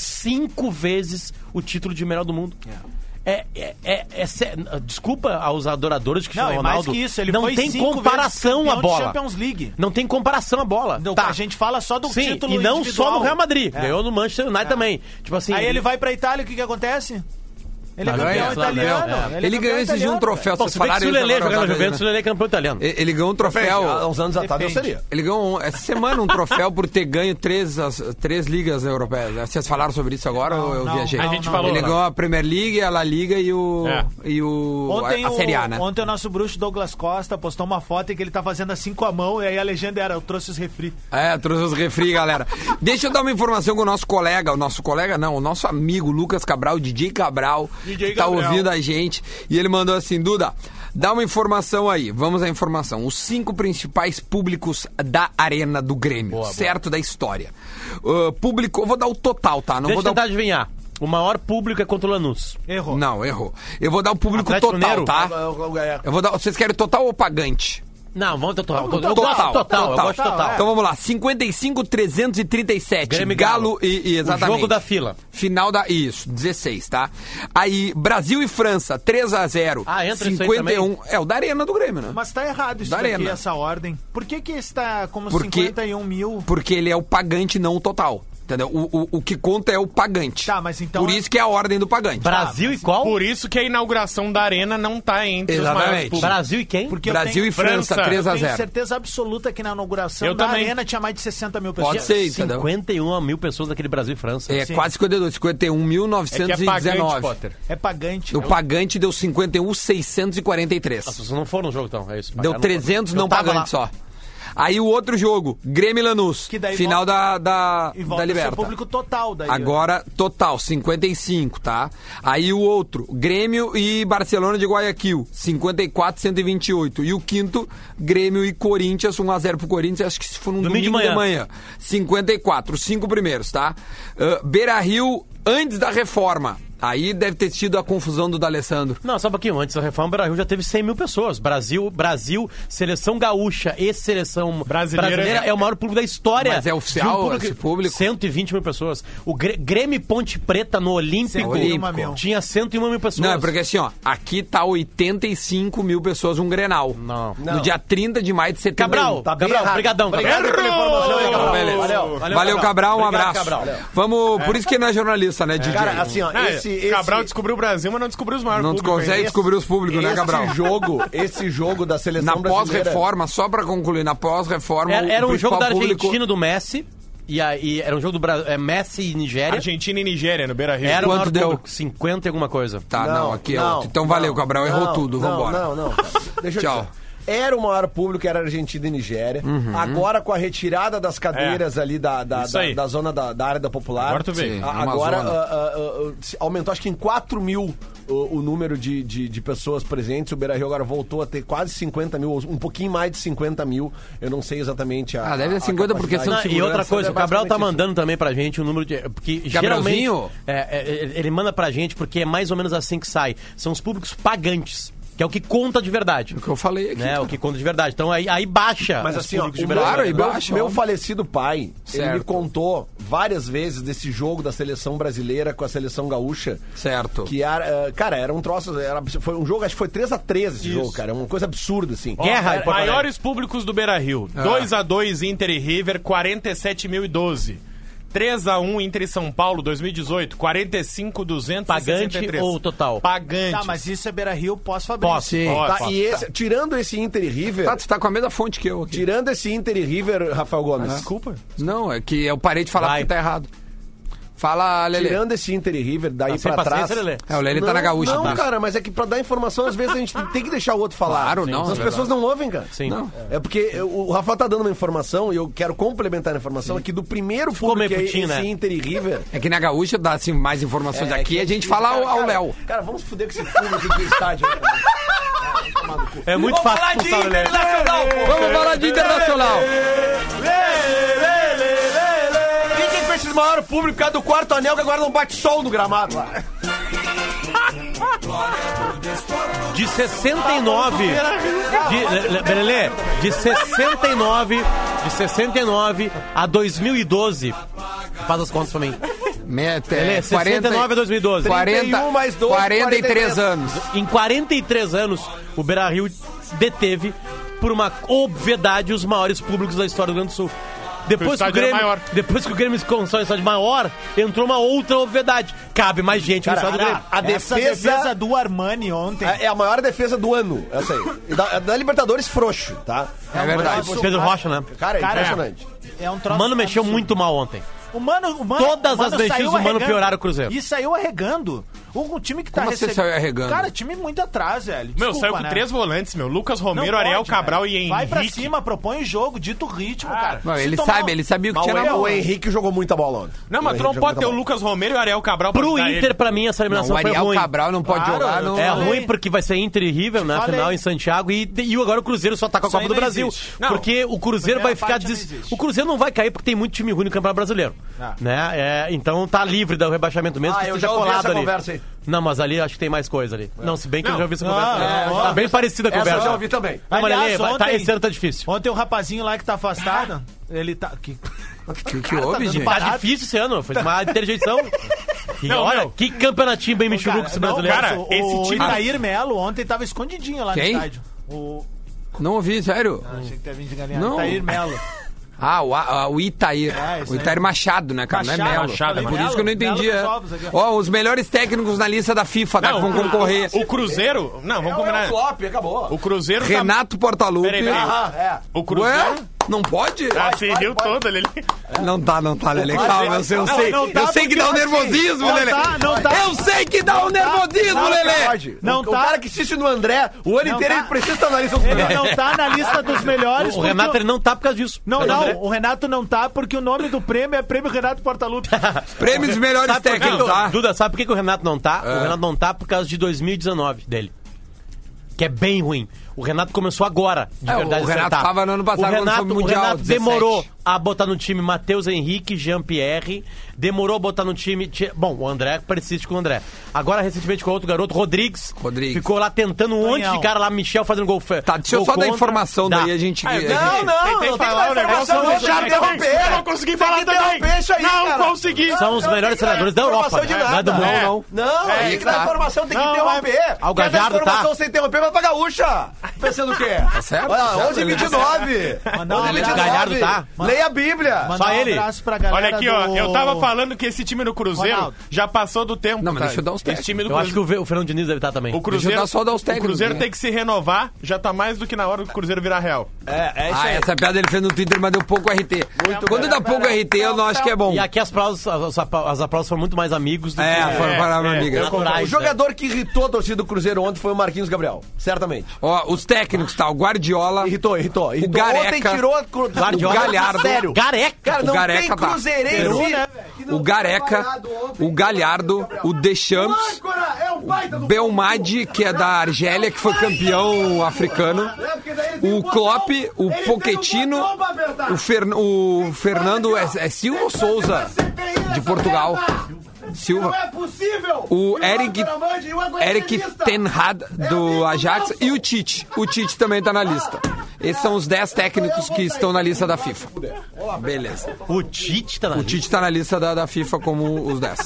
B: cinco vezes o título de melhor do mundo. É. É, é, é sé- desculpa aos adoradores de Cristiano
F: Não, e mais
B: Ronaldo.
F: que isso, ele
B: não
F: foi
B: tem
F: cinco
B: comparação
F: vezes
B: à
F: campeão de
B: bola.
F: Champions League.
B: Não tem comparação à bola.
F: Não,
B: Tá.
F: A gente fala só do
B: Sim,
F: título
B: e não
F: individual.
B: só no Real Madrid.
F: É.
B: Ganhou no Manchester United também. Tipo assim,
F: Aí ele vai pra Itália, o que que acontece? Ele é
B: Tá,
F: campeão
B: ganha,
A: Ganha,
B: claro,
F: italiano.
B: ganha.
F: é
A: Ele
F: campeão
A: ganhou esse dia um
F: italiano,
A: troféu.
B: Pô,
A: Vocês
B: se bem que
A: falaram
B: se o
A: isso
B: Lele
A: agora,
B: jogar na
A: né?
B: Juventus, o Lele é campeão italiano.
A: Ele ele ganhou um
C: Há
A: troféu.
C: uns anos atrás eu
F: Depende.
C: seria.
A: Ele ganhou um- essa semana um troféu por ter ganho três, as, três ligas europeias. né? Vocês falaram sobre isso agora ou eu
F: não,
A: viajei?
F: não,
D: A gente
F: não.
D: falou.
A: Ele
D: né?
A: ganhou a Premier League, a La Liga e o. E o
F: Ontem,
A: a, a
F: o-
A: Série A, né?
F: ontem o nosso bruxo Douglas Costa postou uma foto em que ele tá fazendo assim com a mão, e aí a legenda era: Eu trouxe os refri.
A: É, trouxe os refri, galera. Deixa eu dar uma informação com o nosso colega, o nosso colega não, o nosso amigo Lucas Cabral, DJ Cabral,
D: DJ
A: que tá
D: Cabral.
A: ouvindo a gente. E ele mandou assim, Duda, dá uma informação aí. Vamos à informação. Os cinco principais públicos da arena do Grêmio, certo? Da história. Uh, público, eu vou dar o total, tá? Não
B: Deixa eu
A: vou
B: tentar
A: dar
B: adivinhar. O maior público é contra o Lanús.
A: o...
F: Errou.
A: Não, errou. Eu vou dar o público
B: Atlético
A: total,
B: Mineiro? É
A: tá?
C: Eu- eu- eu-
A: Eu vou dar... Vocês querem total ou pagante?
B: Não, vamos total. Eu
A: Total,
B: gosto de total, eu
A: total.
B: gosto de
F: É.
B: total.
A: Então vamos lá, 55, 337.
B: Grêmio e
A: Galo,
B: Galo.
A: e, e exatamente.
B: O jogo da fila.
A: Final da. Isso, 16, tá? Aí, Brasil e França, 3x0.
B: Ah, entra isso aí
A: 51. é o da Arena do Grêmio, né?
F: Mas tá errado isso
A: Da
F: daqui,
A: arena.
F: essa ordem. Por que que está como
A: Porque-
F: 51 mil?
A: Porque ele é o pagante, não o total. Entendeu? O, o, o que conta é o pagante.
F: Tá, mas então-
A: Por isso que é a ordem do pagante.
B: Brasil e qual?
D: Por isso que a inauguração da arena não tá entre
A: Exatamente.
D: os maiores públicos.
B: Brasil e quem?
F: Porque
A: Brasil
F: eu tenho,
A: e França,
D: França.
F: eu tenho
A: 3x0.
F: certeza absoluta que na inauguração
D: Eu
F: da
D: também.
F: arena tinha mais de 60 mil pessoas.
A: Pode ser, entendeu?
B: 51 mil pessoas daquele Brasil e França.
A: É
F: Sim.
A: quase 52,
D: É que é
A: 51.919.
D: pagante, Potter.
F: É pagante.
B: um-
A: o pagante deu 51,643.
B: As pessoas não foram no jogo, então. É isso.
A: Deu 300 não pagante
B: pagantes
A: só. Aí o outro jogo, Grêmio e Lanús,
F: Que daí
A: final da,
F: volta-
A: da,
F: E
A: da
F: volta a ser
A: Liberta.
F: público total daí. né?
A: Agora, total, 55, tá? Aí o outro, Grêmio e Barcelona de Guayaquil, 54, 128. E o quinto, Grêmio e Corinthians, 1x0 pro Corinthians, acho que isso foi num domingo,
B: Domingo de
A: de
B: manhã.
A: manhã. 54, os cinco primeiros, tá? Ah, Beira Rio antes da reforma. Aí deve ter sido a confusão do D'Alessandro.
B: Não, só um pouquinho. Antes da reforma, o Brasil já teve 100 mil pessoas. Brasil, Brasil, seleção gaúcha e seleção brasileira,
D: Brasileira.
B: é o maior público da história.
A: Mas é oficial
B: De
A: esse público?
B: 120 mil pessoas. O Gre- Grêmio Ponte Preta no Olímpico,
F: 101 mil.
B: tinha 101 mil pessoas.
A: Não, é porque assim, ó, aqui tá 85 mil pessoas um Grenal.
B: Não.
A: No dia 30 de maio de setembro.
B: Cabral,
C: Tá bem
B: Cabral,
C: errado.
B: brigadão.
C: Obrigado
B: Cabral.
C: pela informação, aí, Cabral.
A: Beleza.
C: Valeu.
A: Valeu, Cabral, um
B: Obrigado,
A: abraço.
B: Cabral.
A: Vamos, por isso que ele não é jornalista, né, DJ?
C: Cara, assim, ó,
D: Ah,
C: esse, esse-
D: Cabral descobriu o Brasil, mas não descobriu os maiores
A: não tu
D: públicos
A: consegue
D: ainda.
A: descobrir os públicos, né,
C: esse
A: Cabral?
C: jogo, esse jogo da
A: Na
C: seleção brasileira.
A: pós-reforma, só pra concluir, na pós-reforma.
B: Era,
A: o
B: era um jogo
A: principal
B: da Argentina
A: público-
B: do Messi. E aí, era um jogo do Brasil, é, Messi e Nigéria.
D: Argentina e Nigéria, no Beira Rio.
B: Era o
A: Quanto
B: maior
A: deu?
B: público, 50 e alguma coisa.
A: Tá, não, aqui é
C: não,
A: outro. Então
C: não,
A: valeu, Cabral, errou
C: não,
A: tudo,
C: não,
A: vambora.
C: Não, não, Deixa eu
A: Tchau. Uhum.
C: Tchau. Era o maior público, era Argentina e Nigéria. Agora, com a retirada das cadeiras ali da, da,
D: É. Isso
C: da-
D: aí.
C: da zona da, da área da popular.
D: Agora tu vê. Sim,
C: a-
A: é uma
C: Agora
A: zona.
C: ah, ah, ah, se aumentou, acho que em 4 mil o, o número de, de, de pessoas presentes. O Beira Rio agora voltou a ter quase 50 mil, ou um pouquinho mais de 50 mil. Eu não sei exatamente a.
A: Ah, deve
C: a-
A: ser 50
C: a
A: porque
C: capacidade.
A: são
B: Não, e
A: segurança,
B: outra coisa,
C: é
B: o Cabral tá
C: basicamente isso.
B: mandando também pra gente o número de. Porque geralmente.
A: Gabrielzinho?
B: É, é, é, ele manda pra gente porque é mais ou menos assim que sai. São os públicos pagantes, que é o que conta de verdade.
A: O que eu falei aqui.
B: Né, o que conta de verdade. Então aí, aí baixa.
C: Mas
B: os
C: assim, ó,
B: públicos de
C: o
B: verdade.
A: Claro, e
C: meu,
A: baixa,
C: meu
A: óbvio.
C: falecido pai, ele me
A: Certo.
C: contou várias vezes desse jogo da seleção brasileira com a seleção gaúcha.
A: Certo.
C: Que era, eh, cara, era um troço, era, abs- foi um jogo, acho que foi 3x3 esse jogo, cara, é uma coisa absurda, assim.
B: Ó, Guerra, em Porto Alegre.
D: Maiores públicos do Beira Rio.
A: Ah.
D: 2x2 Inter e River, 47.012. 3x1 Inter e São Paulo, 2018, 45.263.
B: Pagante ou total?
D: Pagante.
C: assim,
F: Tá, mas isso é Beira Rio, posso fazer.
B: Posse.
C: Tá,
D: Posso.
C: e esse- tirando esse Inter e River,
A: Tá, tu tá com a mesma fonte que eu aqui.
C: tirando esse Inter e River, Rafael Gomes,
D: Desculpa.
A: Não, é que eu parei de falar
B: Vai.
A: porque tá errado. Fala, Lele.
C: tirando esse Inter e River, daí
B: sem
C: pra trás...
B: paciência, Lelê?
A: É, o Lele tá
C: Não,
A: na gaúcha.
C: Não,
A: tá?
C: cara, mas é que pra dar informação, às vezes a gente tem que deixar o outro falar.
A: Claro, não,
C: Senão As
A: é
C: pessoas não ouvem, cara.
B: Sim.
A: Não.
C: É porque eu- o Rafael tá dando uma informação e eu quero complementar a informação aqui do primeiro
B: Ficou
C: público que
B: meio
C: é
B: putinho,
C: esse
B: né?
C: Inter e River.
A: É que na gaúcha dá assim, mais informações
C: É,
A: aqui
C: que
A: e a gente
C: difícil.
A: fala ao-
C: Cara,
A: ao
C: cara,
A: Léo.
C: Cara, vamos fuder com esse público do estádio. né, cara?
B: É muito fácil expulsar o Lelê.
A: Vamos falar de internacional.
C: Fiquem com esses maiores públicos por causa do quarto anel que agora não bate sol no gramado lá.
B: De 69.
C: Ah,
B: De, Le- Le- Lelê, de 69. De 69 a 2012. Faz as contas pra mim.
A: Meta,
B: Lelê, 69 a 2012.
A: 40,
C: 31 mais 12,
A: 43 anos.
B: Em 43 anos, o Beira Rio deteve, por uma obviedade, os maiores públicos da história do Rio Grande do Sul.
D: O
B: Depois que, o
D: estádio era
B: Grêmio,
D: maior.
B: depois que o Grêmio se constrói um estádio maior, entrou uma outra obviedade. Cabe mais gente no estádio do Grêmio.
C: a
F: Essa defesa do Armani ontem.
C: É é a maior defesa do ano, essa aí. E Da, é da Libertadores frouxo, tá?
A: É verdade.
C: Isso-
B: Pedro Rocha, né?
C: Cara, é
F: Cara,
C: impressionante.
F: É um troço
B: Mano mexeu
F: absurdo.
B: muito mal ontem.
F: O mano, o mano,
B: Todas
F: o mano
B: as mexidas
F: saiu
B: do Mano
F: arregando.
B: pioraram o Cruzeiro.
F: E saiu arregando. Um, um time que tá
A: Como assim saiu arregando?
F: Cara, time muito atrás, velho.
D: Meu,
F: Desculpa,
D: saiu com
F: né?
D: três volantes, meu. Lucas
F: Não
D: Romero,
F: pode,
D: Ariel Cabral
F: velho.
D: e Henrique. Ah.
F: Vai pra cima, propõe o jogo, dita o ritmo, cara.
A: Não,
F: Se
A: ele
F: tomar- um-
A: sabe, ele sabia o que
C: Mas
A: tinha na
C: o,
A: mão.
C: o Henrique jogou muita bola ontem.
D: Não, mas
C: O
D: tu não
C: Henrique
D: pode ter
C: jogou
D: o
C: muita
D: Lucas Romero e o Ariel Cabral pra
B: Pro
D: ajudar
B: Inter,
D: ele.
B: pra mim, essa
A: Não,
B: eliminação
A: o
B: foi
A: Ariel
B: ruim.
A: Cabral não pode
F: Claro,
A: jogar.
F: eu
A: Não.
B: É
F: Falei.
B: ruim porque vai ser Inter e River na
F: Falei.
B: final em Santiago e, e agora o Cruzeiro só tá com a
F: Isso
B: Copa
F: aí
B: do
F: não
B: Brasil.
F: existe.
D: Não.
B: Porque o Cruzeiro vai
F: Primeira
B: ficar.
F: parte não
B: des-
F: existe.
B: O Cruzeiro não vai cair porque tem muito time ruim no Campeonato Brasileiro.
F: Ah.
B: Né? É, então tá livre do rebaixamento mesmo.
C: Ah,
B: que
C: eu
B: esteja
C: já ouvi
B: colado
C: essa
B: ali.
C: conversa aí.
B: Não, mas ali acho que tem mais coisa ali. Não, se bem que eu
D: Não.
B: já ouvi essa conversa.
F: Ah,
B: né?
F: é,
B: tá
F: ó.
B: bem parecida a
C: Essa
B: conversa.
C: eu já ouvi também.
B: Não, mas
F: Aliás,
B: Lelê, vai- tá-
F: ontem-
B: esse ano tá difícil.
F: Ontem o rapazinho lá que tá afastado, ele tá... Que...
A: O que, que houve,
F: dando
A: gente?
F: pa-
B: Tá difícil esse ano, foi uma interjeição. E
D: Não,
B: olha,
D: meu.
B: que campeonatinho bem
F: Cara,
B: mexuruco esse
F: não,
B: brasileiro.
D: cara,
F: o,
D: esse
F: o
D: time-
F: Itair Melo ontem tava escondidinho lá
A: Quem?
F: no estádio. O... Ah,
A: Não ouvi, sério.
F: Achei que tava vindo de galinha.
A: Não.
F: Itair Melo.
A: Ah, o, ah, o Itair.
F: É, isso
A: o Itair
F: aí.
A: Machado, né, cara? não é
F: Machado,
A: Melo.
F: Machado,
A: é por
F: Melo.
A: isso que eu não entendi.
F: Melo
A: é.
F: dos ovos aqui, ó.
A: Ó, os melhores técnicos na lista da FIFA, tá? Que vão
D: Não, o-
A: concorrer.
D: O Cruzeiro... Não, vamos
C: bola. É o
D: combinar.
C: Klopp, acabou.
D: O Cruzeiro tá-
A: Renato Portaluppi.
D: Peraí, peraí.
C: Ah, é.
D: O Cruzeiro...
A: Ué? Não pode?
D: Ah, se riu todo ali.
A: Não tá, não tá, Lele. Calma, eu sei, eu
D: Não,
A: sei.
D: não tá
A: eu sei que dá um
F: porque, assim,
A: nervosismo,
F: não
A: Lele.
F: tá, não tá.
A: Eu sei que dá um nervosismo,
C: Claro que
A: Lele.
C: pode.
F: Não
C: o,
F: tá.
C: o cara que assiste no André, o ano
F: Não
C: inteiro
F: tá.
C: ele precisa estar na lista dos
F: Ele
C: melhores.
F: não tá na lista dos melhores.
B: O
F: porque
B: Renato ele não tá por causa disso.
F: Não,
B: Pelo
F: não,
B: André.
F: o Renato não tá porque o nome do prêmio é Prêmio Renato Portaluppi.
A: Prêmio dos melhores
B: Sabe por que,
A: técnicos, tá?
B: Duda, sabe por que, que o Renato não tá? O Renato não tá por causa de 2019 dele. Que é bem ruim. O Renato começou agora, de
A: É, o
B: verdade.
A: Renato
B: acertar.
A: tava no ano passado,
B: o
A: quando
B: Renato,
A: foi
B: o
A: Mundial,
B: Renato
A: 17.
B: demorou a botar no time Matheus Henrique, Jean-Pierre. Demorou a botar no time. ti- Bom, o André persiste com o André. Agora, recentemente, com outro garoto, Rodrigues.
A: Rodrigues.
B: Ficou lá tentando um monte de
F: Daniel.
B: cara lá, Michel fazendo gol. fe-
A: Tá, deixa eu
B: gol
A: só dar
B: contra.
A: informação,
B: Dá. É,
A: daí a gente.
D: Ah, eu
A: a gente-
D: tenho-
C: não,
D: tentei
C: não tem
D: falar
C: mais
D: o negócio.
C: informação,
D: eu
C: deixa eu
D: já
C: interromper.
D: Eu não consegui
C: Tem
D: falar
C: que interromper
D: também.
C: isso aí,
D: não
C: cara.
D: consegui.
B: São os
C: Não
B: melhores
C: tem
B: senadores da Europa.
C: informação de
B: né?
C: nada.
B: Nada bom,
D: É.
B: não.
C: Não,
D: É,
C: aí que é. dá
A: tá.
C: interromper, tem que
D: Não,
C: interromper.
B: Ah, o
C: Quer dar
B: Gajardo tá.
C: informação sem interromper vai pra gaúcha. Pensando o quê? Tá
A: certo, tá
C: Olha,
A: certo,
C: 11 29
F: Mandar um
C: 11
F: abraço.
C: 29.
B: Gajardo tá.
C: Leia a Bíblia.
B: Só
F: Mandar um
B: ele.
F: abraço pra galera
D: Olha aqui, ó.
F: do-
D: Eu tava falando que esse time do Cruzeiro
F: Ronaldo.
D: já passou do tempo.
A: Não, mas
D: tá?
A: deixa eu dar uns
D: Esse time do
B: Eu acho que
D: Cruzeiro.
B: o, Ve- o Fernando Diniz deve estar também.
D: O Cruzeiro,
A: dar só dar os
D: o
A: técnicos,
D: Cruzeiro
A: né?
D: tem que se renovar, já tá mais do que na hora do Cruzeiro virar real.
C: É, é isso
A: Ah,
C: aí.
A: essa piada ele fez no Twitter, mas deu pouco RT. Quando dá pouco RT, eu não acho que é bom.
B: E aqui as aplausos, as, as aplausos foram muito mais amigos do
A: É,
B: que
A: foram
D: É,
A: para minha
D: é,
A: amiga.
D: eu
B: naturais. né?
C: O jogador que irritou a torcida do Cruzeiro ontem foi o Marquinhos Gabriel, certamente.
A: Ó, os técnicos, tá? O Guardiola.
C: Irritou, irritou. irritou.
A: Gareca.
C: Ontem tirou a cru-
A: Guardiola.
C: o é um Galhardo.
A: Sério.
B: Né? Gareca.
C: Cara,
A: O
C: não
A: Gareca
C: tem
A: tá.
C: cruzeirense.
A: Peru,
C: né? que não
A: o
C: tenha
A: Gareca,
C: falhado ontem.
A: o Galhardo, o Deschamps,
C: âncora é o baita do
A: Belmadi, que é da Argélia, que foi campeão africano,
C: É,
A: o Klopp, o Pochettino, o, Fer- o Fernando, é, é Silva ou Souza, de Portugal,
C: é
A: Silva,
C: possível.
A: o Eric,
C: um
A: Eric Ten
C: É
A: Hag, do Ajax, e o Tite, o Tite também tá na lista. Esses são os 10
C: Então,
A: técnicos que estão na lista da FIFA. Beleza.
B: O Tite tá na
A: O Tite tá na lista da, da FIFA como os 10.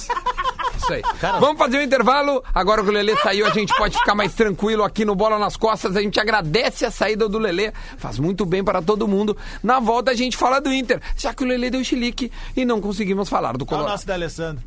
A: Isso aí. Vamos fazer um intervalo. Agora que o Lelê saiu, a gente pode ficar mais tranquilo aqui no Bola nas Costas. A gente agradece a saída do Lelê. Faz muito bem para todo mundo. Na volta a gente fala do Inter, já que o Lelê deu chilique e não conseguimos falar do
F: Olha o
A: Colorado.
F: nosso da Alessandro.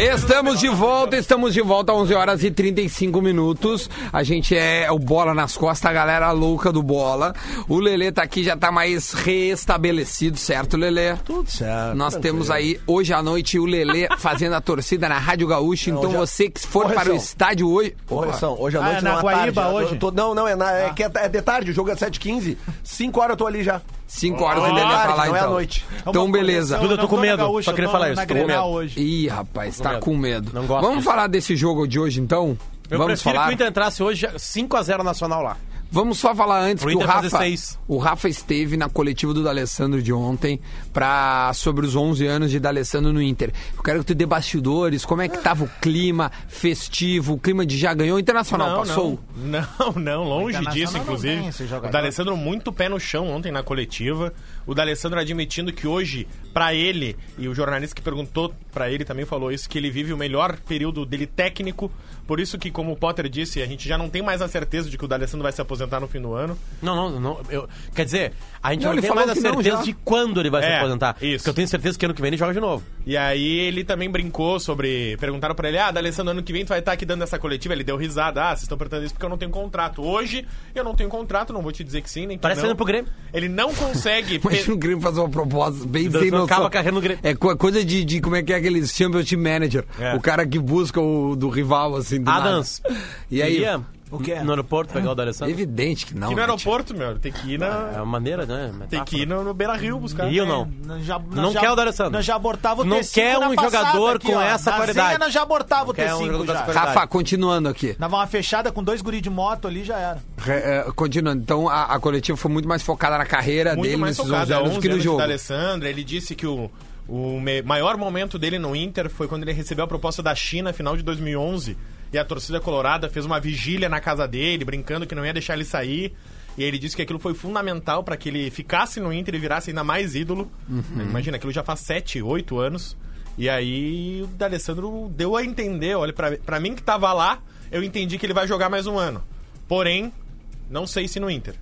A: Estamos de volta, estamos de volta, 11 horas e 35 minutos. A gente é o Bola nas Costas, a galera louca do Bola. O Lelê tá aqui, já tá mais restabelecido, certo, Lelê?
C: Tudo certo.
A: Nós temos aí hoje à noite o Lelê fazendo a torcida na Rádio Gaúcha. Então
C: hoje é-
A: você que for
C: Correção.
A: para o estádio hoje.
C: Correção, hoje à
F: Ah,
C: noite
F: é na
C: não à
F: Guaíba
C: tarde.
F: hoje?
C: Eu Tô, não, não, é, na, é, que é, é de tarde, o jogo é 7h15. 5 horas eu tô ali já.
A: 5 horas
C: Ó,
A: o Lelê tá
C: tarde,
A: lá
C: não é
A: então.
C: à noite.
F: É uma
A: Então beleza.
F: correção,
B: Duda,
F: eu
B: tô
F: não
B: com medo,
F: na Gaúcha,
B: só
F: eu
B: queria
F: tô
B: falar
F: na
B: isso, tô com
F: Grenal
B: medo.
F: hoje.
A: Ih, rapaz, tá
B: medo.
A: com medo.
B: Não gosto
A: Vamos
B: disso.
A: falar desse jogo de hoje então?
B: Eu
A: Vamos
B: prefiro que
A: falar.
B: o Inter entrasse hoje 5x0 Nacional lá.
A: Vamos só falar antes
B: Pro
A: que o
B: Inter fazer
A: Rafa,
B: seis.
A: o Rafa esteve na coletiva do D'Alessandro de ontem para sobre os 11 anos de D'Alessandro no Inter. Eu quero que tu dê bastidores, como é que tava o clima festivo, o clima de já ganhou o Internacional passou.
D: Não, não, não, longe
F: Internacional
D: disso,
F: não
D: inclusive.
F: tem esse jogador.
D: O D'Alessandro muito pé no chão ontem na coletiva. O D'Alessandro admitindo que hoje, pra ele, e o jornalista que perguntou pra ele também falou isso, que ele vive o melhor período dele técnico. Por isso que, como o Potter disse, a gente já não tem mais a certeza de que o D'Alessandro vai se aposentar no fim do ano.
B: Não, não, não. eu- quer dizer, a gente
A: Não,
B: não,
A: ele
B: tem
A: falou
B: mais a
A: que não,
B: certeza
A: já.
B: de quando ele vai se
D: É,
B: aposentar.
D: isso.
B: Porque eu tenho certeza que ano que vem ele joga de novo.
D: E aí ele também brincou sobre. Perguntaram pra ele: Ah, D'Alessandro, ano que vem tu vai estar aqui dando essa coletiva. Ele deu risada: Ah, vocês estão perguntando isso porque eu não tenho contrato. Hoje eu não tenho contrato, não vou te dizer que sim, nem que
B: Parece
D: não.
B: sendo pro Grêmio.
D: Ele não consegue. pe-
A: Imagina o Grêmio fazer uma proposta bem
B: Então,
A: sem
B: tu
A: noção.
B: acaba carregando o Grêmio.
A: É co- coisa de, de como é que é aqueles championship manager.
D: É.
A: O cara que busca o do rival, assim, do
B: Adams.
A: nada. E aí,
B: Iria
F: O quê?
B: No aeroporto pegar o D'Alessandro.
A: evidente que não.
D: E no
A: né,
D: aeroporto, meu, tem que ir
B: É
D: na.
B: uma maneira, né?
D: Tem
B: metáfora.
D: que ir no, no Beira Rio buscar.
B: E eu não.
F: Nós já- nós
B: Não
F: já-
B: quer o D'Alessandro.
F: Nós já abortava o
B: Não
F: T5
B: quer
F: na
B: um
F: passada
B: jogador
F: aqui,
B: com
F: ó.
B: essa
F: Na
B: qualidade.
F: Zenha, nós já abortava o
B: quer um jogador
F: T5
B: dessa
F: já.
A: tio?
B: qualidade.
A: Rafa, continuando aqui.
F: Dava uma fechada com dois guri de moto ali já era.
A: Re- eh, continuando. Então, a, a coletiva foi muito mais focada na carreira
D: Muito
A: dele
D: mais
A: nesses
D: focado.
A: 11
D: Há
A: anos
D: 11
A: que no
D: anos
A: jogo.
D: da Alessandra, ele disse que o, o me- maior momento dele no Inter foi quando ele recebeu a proposta da China, final de 2011. E a torcida colorada fez uma vigília na casa dele, brincando que não ia deixar ele sair. E ele disse que aquilo foi fundamental para que ele ficasse no Inter e virasse ainda mais ídolo.
A: Uhum.
D: Imagina, aquilo já faz 7, 8 anos. E aí o D'Alessandro deu a entender, olha, pra, pra mim que tava lá, eu entendi que ele vai jogar mais um ano. Porém, não sei se no Inter.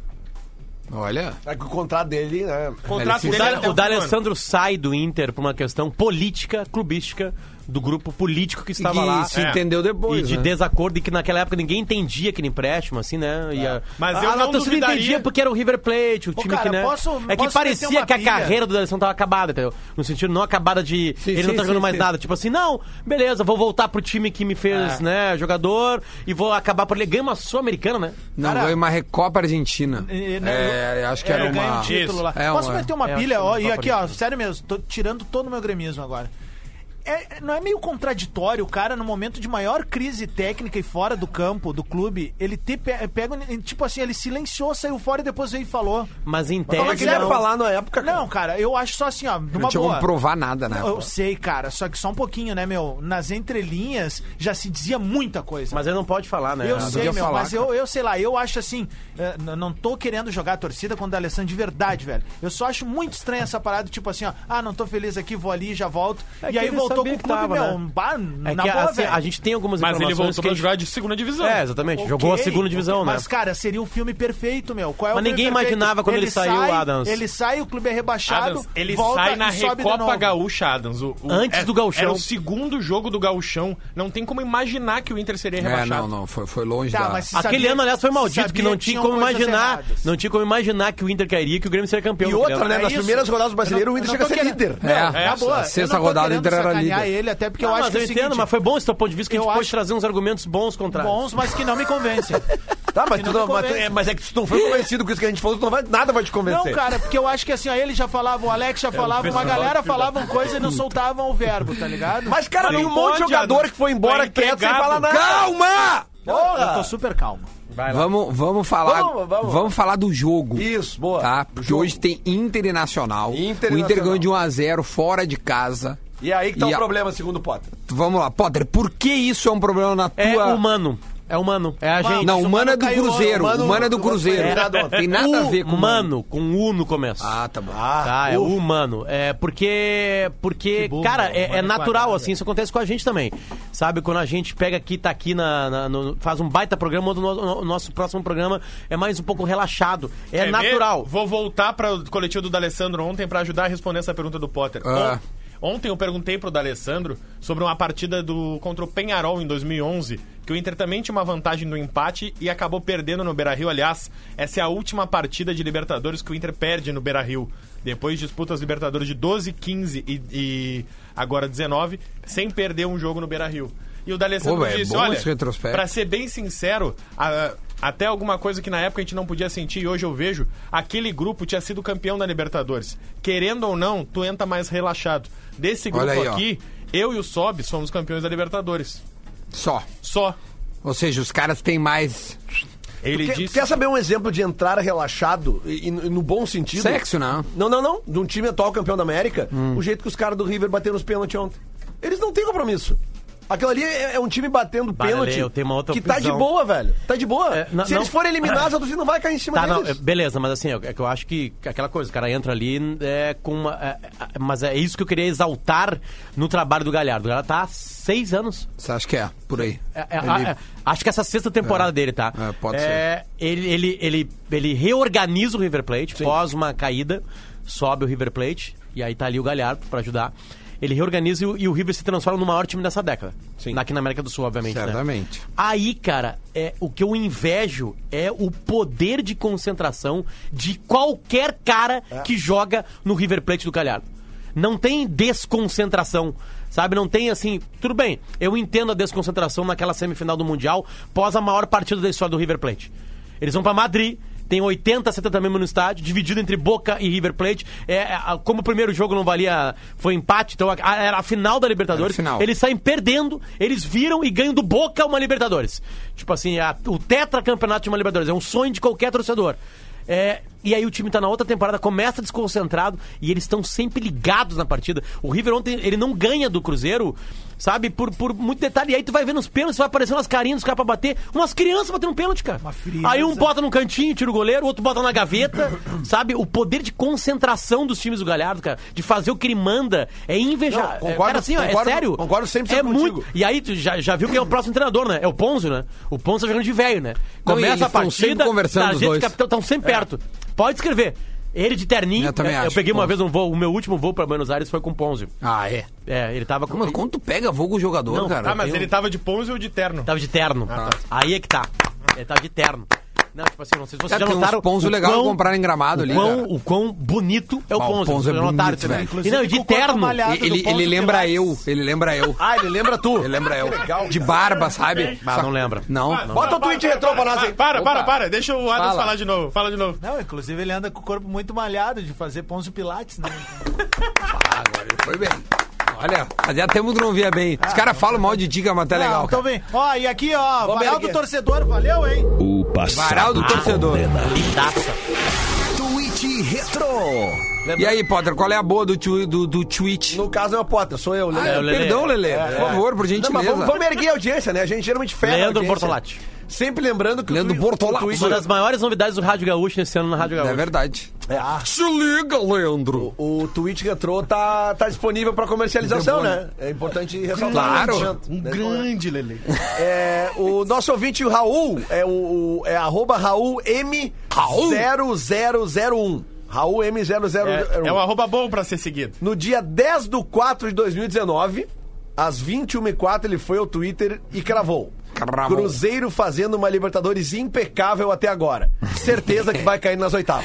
A: Olha.
C: É que o contrato dele, né?
D: O contrato
A: O
D: dele
B: Da- o
D: é até fim do ano.
B: D'Alessandro sai do Inter por uma questão política, clubística, do grupo político que estava
A: que
B: lá.
A: se
D: é.
A: entendeu
B: E
A: depois.
B: de
A: né?
B: desacordo, e que naquela época ninguém entendia aquele empréstimo, assim, né?
F: É.
B: E a,
D: Mas
B: a,
D: eu
B: a
D: não
B: torcida
D: duvidaria-
B: entendia porque era o River Plate, o time
F: cara,
B: que, né?
F: posso-
B: é que
F: posso meter
B: parecia
F: uma
B: que a
F: pilha?
B: carreira do D'Alessandro tava acabada, entendeu? No sentido não acabada de... ele
A: sim,
B: não tá jogando
A: sim,
B: mais
A: sim.
B: nada. Tipo assim, não, beleza, vou voltar pro time que me
F: É.
B: fez, né, jogador, e vou acabar por... Ele ganha uma Sul-Americana, né?
A: Não,
F: Cara,
A: ganhou uma Recopa Argentina.
F: E, né,
A: É,
F: eu-
A: acho que
F: é,
A: era
F: eu ganho
A: uma.
F: um título lá.
A: É
F: Posso
A: uma-
F: meter uma
B: é,
F: pilha?
B: acho que
F: ó,
B: é uma
F: e aqui, ó,
B: favorita.
F: sério mesmo, tô tirando todo o meu gremismo agora. é- não é meio contraditório o cara, no momento de maior crise técnica e fora do campo, do clube, ele ter pe- pega. Tipo assim, ele silenciou, saiu fora e depois veio e falou.
B: Mas em
C: Como é que
B: tese.
C: ele ia
F: não.
C: falar na época, cara?
F: Não, cara, eu acho só assim, ó,
A: Não
F: numa
A: tinha um como
F: boa.
A: provar nada, né?
F: Eu sei, cara, só que só um pouquinho, né, meu? Nas entrelinhas já se dizia muita coisa.
B: Mas ele não pode falar, né?
F: Eu sei,
A: podia
F: meu,
A: falar,
F: mas eu, eu sei lá, eu acho assim, eh, n- não tô querendo jogar a torcida contra o Alessandro de verdade, velho. Eu só acho muito estranha essa parada, tipo assim, ó, ah, não tô feliz aqui, vou ali, já volto.
B: É que
F: e aí
B: ele
F: voltou com
B: sabia
F: o
B: que
F: clube,
B: tava,
F: meu,
B: né?
F: um bar,
B: É
F: na
B: que
F: boa,
B: assim,
F: velho.
B: a gente tem algumas
D: Mas ele
B: informações
D: voltou
B: que
D: pra
B: a
D: jogar de segunda divisão.
B: É, exatamente.
F: Ok,
B: Jogou a segunda divisão,
F: ok,
B: né?
F: Mas, cara, seria o filme perfeito, meu. Qual é
B: Mas
F: o
B: ninguém
F: filme perfeito?
B: imaginava quando ele saiu,
F: sai,
B: Adams.
F: Ele sai, o clube é rebaixado,
D: Adams, ele
F: volta
D: sai na
F: e sobe de
D: Recopa
F: novo.
D: Gaúcha, Adams. O- o-
B: Antes
D: é-
B: do Gauchão.
D: Era o segundo jogo do Gauchão. Não tem como imaginar que o Inter seria
A: É,
D: rebaixado.
A: não, não, foi, foi longe
F: Tá,
A: da...
F: mas se
B: Aquele
F: sabia-
B: ano, aliás, foi maldito,
F: sabia
B: que não
F: que
B: tinha
F: tinham
B: como
F: coisas
B: imaginar.
F: erradas.
B: Não tinha como imaginar que o Inter cairia e que o Grêmio seria campeão. tá É
C: E outra,
B: naquele
C: né?
B: ano.
C: Nas
F: isso.
C: primeiras rodadas do brasileiro, o
F: Eu
C: Inter
F: não
C: chega a
F: tô
C: ser
F: querendo-
C: líder.
F: Não,
A: É,
F: na boa, eu
A: sexta
F: não tô
A: rodada,
F: querendo
A: o Inter era
F: sacanear
A: líder.
F: ele, até porque eu
B: Ah,
F: acho
B: mas
F: que
B: eu
F: é o
B: entendo,
F: seguinte,
B: mas um foi bom esse teu ponto de vista que a gente
F: eu
B: pode
F: acho-
B: trazer uns argumentos bons contra.
F: bons, mas que não me convencem.
C: Tá, mas,
F: Que
C: tu
F: não
C: não-
F: me
C: mas, tu-
F: convence.
C: é, mas é que se tu não for convencido com isso que a gente falou, tu não vai, nada vai te
F: Não,
C: convencer.
F: cara, porque eu acho que assim, ó, ele já falava, o Alex
B: É,
F: já falava, uma
B: tá
F: galera falavam coisa e não soltavam o verbo, tá ligado?
C: Mas, cara, tem um
D: Não
C: monte de
D: pode,
C: jogador
D: Adams.
C: que foi embora
D: Tá
C: quieto sem
D: empregado.
C: falar nada.
A: Calma!
F: eu
C: Porra!
F: tô super calmo.
A: Vamos, vamos falar.
C: Vamos,
A: Vamos,
C: vamos.
A: falar do jogo.
C: Isso, boa.
A: Tá?
C: Do
A: Porque
C: jogo.
A: hoje tem Internacional.
C: Internacional.
A: O Inter ganhou de 1 a 0 fora de casa.
C: E aí que tá
A: E
C: o
A: a-
C: problema, segundo o Potter.
A: Vamos lá, Potter, por que isso é um problema na tua.
B: É humano. É humano. É a
F: Humano.
B: gente.
A: Não,
F: Isso,
A: humana é
F: mano,
A: do
F: caiu,
A: Cruzeiro.
C: mano,
A: Humana é do
C: eu vou
A: Cruzeiro.
C: esperar do outro.
A: Tem nada a ver com.
B: humano. com U no começo.
A: Ah, tá bom.
B: tá, é humano. É porque. Porque, cara, é- é, natural, assim, isso acontece com a gente também. Sabe, quando a gente pega aqui, tá aqui, na, na- no- faz um baita programa, o no- o nosso próximo programa é mais um pouco relaxado. É,
D: Quer ver?
B: natural.
D: Vou voltar para o coletivo do D'Alessandro ontem para ajudar a responder essa pergunta do Potter.
A: Ah.
D: On- Ontem eu perguntei pro D'Alessandro sobre uma partida do contra o Penharol em 2011, que o Inter também tinha uma vantagem no empate e acabou perdendo no Beira-Rio. Aliás, essa é a última partida de Libertadores que o Inter perde no Beira-Rio. Depois disputa as Libertadores de 12, 15 e, e agora 19, sem perder um jogo no Beira-Rio. E o D'Alessandro
A: Pô, é
D: disse,
A: bom
D: olha,
A: esse retrospecto.
D: pra ser bem sincero, a- até alguma coisa que na época a gente não podia sentir e hoje eu vejo, aquele grupo tinha sido campeão da Libertadores. Querendo ou não, tu entra mais relaxado. Desse grupo
A: Olha aí, ó.
D: aqui, eu e o Sob somos campeões da Libertadores.
A: Só.
D: Só.
A: Ou seja, os caras têm mais
D: Ele
C: Quer,
D: disse.
C: quer saber um exemplo de entrar relaxado e, e no- e no bom sentido?
A: sexo, né?
C: Não, não, não. De um time atual campeão da América, o jeito que os caras do River bateram os pênaltis ontem. Eles não têm compromisso. Aquilo ali é, é um time batendo
B: Bah, Lele,
C: pênalti
B: eu tenho uma outra
C: que tá de
B: opinião.
C: boa, velho. Tá de boa.
B: É, não-
C: Se eles
B: não-
C: forem eliminados, a torcida não vai cair em cima
B: Tá, não, é,
C: deles.
B: beleza, mas assim, é que eu acho que aquela coisa, o cara entra ali é, com uma. é, é, mas é isso que eu queria exaltar no trabalho do Galhardo. O Galhardo tá há seis anos.
A: Você acha que é? Por aí.
B: É, é,
A: Ele-
B: a- é, acho que essa é a sexta temporada dele, tá?
A: É, pode
B: ser. Ele, ele, ele, ele reorganiza o River Plate, pós uma caída, sobe o River Plate, e aí tá ali o Galhardo pra ajudar. Ele reorganiza e o, e o River se transforma no maior time dessa década. Sim. Aqui na América do Sul, obviamente. né?
A: Certamente.
B: Aí, cara, é, o que eu invejo é o poder de concentração de qualquer cara
A: É.
B: que joga no River Plate do Calhardo. Não tem desconcentração, sabe? Não tem assim. Tudo bem, eu entendo a desconcentração naquela semifinal do Mundial, pós a maior partida da história do River Plate. Eles vão pra Madrid. Tem 80, 70 mil no estádio, dividido entre Boca e River Plate. É, é, a- como o primeiro jogo não valia, foi empate, então a- a- era a final da Libertadores.
A: Era a final.
B: Eles eles saem perdendo, eles viram e ganham do Boca uma Libertadores. Tipo assim, a, o tetracampeonato de uma Libertadores. É um sonho de qualquer torcedor. É, e aí o time tá na outra temporada, começa desconcentrado e eles estão sempre ligados na partida. O River ontem, ele não ganha do Cruzeiro, sabe, por, por muito detalhe. E aí tu vai vendo os pênaltis, vai aparecendo umas carinhas dos caras pra bater. Umas crianças batendo pênalti, cara.
F: Uma frieza.
B: Aí um bota num cantinho, tira o goleiro, o outro bota na gaveta, sabe? O poder de concentração dos times do Galhardo, cara, de fazer o que ele manda, é invejável.
C: Não,
B: É,
C: concordo,
B: cara, assim, ó,
C: concordo,
B: é sério.
C: concordo 100%
B: É
C: contigo.
B: muito. E aí, tu já, já viu quem é o próximo treinador, né? É o Ponzo, né? O Ponzo tá jogando de velho, né?
A: Não, e eles
B: Começa a
A: tão sempre
B: partida,
A: conversando os
B: sargento
A: dois. É.
B: e capitão estão sempre perto. Pode escrever. Ele de terninho,
A: Eu também acho,
B: peguei uma
A: Ponzo.
B: vez um voo, o meu último voo pra Buenos Aires foi com o Ponzo.
A: Ah, é.
B: É, ele tava com
A: Mas quando tu pega vulgo o jogador,
B: Não,
A: cara.
D: Ah, mas ele tava de ponzo ou de terno?
A: Tá.
B: Tava de terno.
A: Ah,
B: Aí é que tá. Ele tava de terno. Não, tipo assim, não sei se vocês
A: Cara,
B: já
A: um- tem uns
B: notaram.
A: Ponzo
B: o
A: legal
B: quão-
A: pra comprar em Gramado
B: o
A: ali,
B: Quão,
A: cara.
B: o quão bonito é o
A: Ah, o
B: Ponzo.
A: Ponzo
B: vocês
A: é
B: já notaram,
A: bonito,
B: vocês-
A: velho.
B: E não, e
F: Inclusive,
B: de
F: com o corpo
B: terno.
F: malhado
A: Ele, ele,
F: do Ponzo
A: ele lembra
F: Pilates.
A: eu, ele lembra eu.
C: Ah, ele lembra tu?
A: Ele lembra eu.
C: legal,
A: De
C: cara.
A: barba, sabe?
B: Ah, não lembra.
A: Não.
C: Bota o tweet retrô pra nós aí.
D: Para, para,
A: Opa.
D: para. Deixa o Adams
A: Fala.
D: falar de novo. Fala de novo.
F: Não, inclusive ele anda com o corpo muito malhado de fazer ponzo pilates, né?
A: Agora ele foi bem. Olha, fazia tempo que não via bem. Os caras falam mal de dica, mas tá
F: Não,
A: legal.
F: então
A: cara.
F: vem. Ó, e aqui, ó, Varal do
C: Berg.
F: torcedor, valeu, hein?
I: O passado
A: Varal do torcedor.
I: condena.
B: Taça.
I: Tweet Retro.
A: E aí, Potter, qual é a boa do, twi- do, do tweet?
C: No caso é o Potter, sou eu,
A: Ah,
C: Leandro.
B: Lelê.
A: perdão, Lelê. Por favor, por
C: Não, mas
A: gentileza.
C: vamos, vamos erguer a audiência, né? A gente geralmente ferra a
B: Leandro
C: audiência.
B: Bortolatti.
C: Sempre lembrando que
A: Leandro
C: twi-
A: Bortolatti.
C: o
B: Uma
C: Twitter-
B: das maiores novidades do Rádio Gaúcho nesse ano na Rádio
A: É
B: Gaúcho.
A: verdade.
C: É, ah,
A: Se liga, Leandro.
C: o Twitch Retro tá, tá disponível pra comercialização,
A: Demônio.
C: né? É importante ressaltar.
A: Claro.
D: Um
C: Né?
D: grande Lele.
C: É, o nosso ouvinte, o Raul, é o, o- é arroba Raul
A: Raul?
C: M0001. Raul M0001.
D: É, é um arroba bom pra ser seguido.
C: No dia 10 do 4 de 2019, às 21h04, ele foi ao Twitter e cravou.
A: Cravou.
C: Cruzeiro fazendo uma Libertadores impecável até agora. Certeza que vai cair nas oitavas.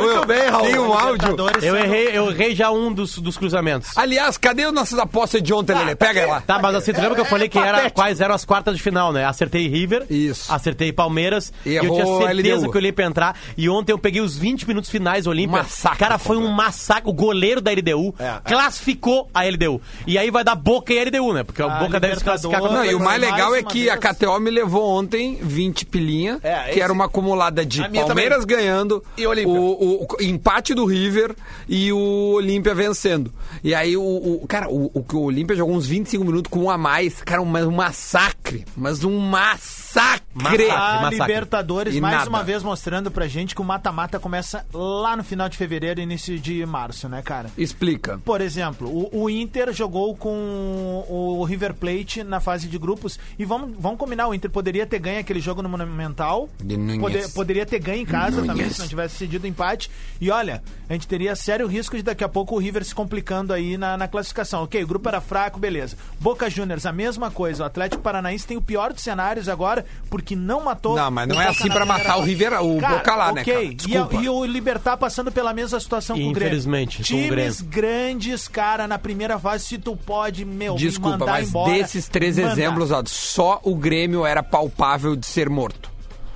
C: Muito bem, Raul.
A: Tem um áudio.
F: Libertadores
B: Eu
F: sendo-
B: errei, eu errei já um dos, dos cruzamentos.
A: Aliás, cadê as nossas apostas de
C: Ah,
A: ontem, Lelê? Pega ela.
B: Tá, mas assim, tu lembra que eu falei que era, quais eram as quartas de final, né? Acertei River,
A: Isso.
B: acertei Palmeiras, e eu
A: Errou
B: tinha certeza
A: LDU.
B: que eu ia pra entrar. E ontem eu peguei os 20 minutos finais Olímpia.
A: Massacre
B: Cara, foi um massacre. O goleiro da LDU
C: É.
B: classificou a LDU. E aí vai dar Boca e LDU, né? Porque a
F: Ah,
B: Boca deve se classificar como
A: Não, e o mais
F: Mais
A: legal é
F: uma
A: que
F: vez.
A: a KTO me levou ontem 20 pilinha,
C: É,
A: que
C: esse-
A: era uma acumulada de
C: A minha
A: Palmeiras ganhando,
C: E Olímpia.
A: o, o empate do River e o Olímpia vencendo. E aí, o, o- cara, o, o, que o Olímpia jogou uns 25 minutos com um a mais. Cara, um, mas um massacre. Mas um ah, massacre.
B: Massacre.
F: A
B: massacre.
F: Libertadores,
A: E
F: mais
A: nada.
F: uma vez, mostrando pra gente que o mata-mata começa lá no final de fevereiro, início de março, né, cara?
A: Explica.
F: Por exemplo, o, o Inter jogou com o River Plate na fase de grupos. E vamos, vamos combinar, o Inter poderia ter ganho aquele jogo no Monumental.
A: De Nunes.
F: poderia ter ganho em casa também,
A: Nunes.
F: se não tivesse cedido o empate. E olha, a gente teria sério risco de daqui a pouco o River se complicando aí na, na classificação. Ok, o grupo era fraco, beleza. Boca Juniors, a mesma coisa. O Atlético Paranaense tem o pior dos cenários agora, porque não matou.
A: Não, mas
F: o
A: não é
F: Boca
A: assim
F: na
A: pra matar
F: primeira
A: o River-
F: fase.
A: o Boca lá, né,
F: ok.
A: cara?
F: E a-
A: Desculpa.
F: E, o Libertar passando pela mesma situação com o Grêmio.
B: Infelizmente, com o
F: Times
B: Grêmio.
F: grandes, cara, na primeira fase, se tu pode, meu, me
A: Desculpa,
F: mandar
A: mas
F: embora,
A: desses três
F: manda.
A: exemplos, ó, só o Grêmio era palpável de ser morto.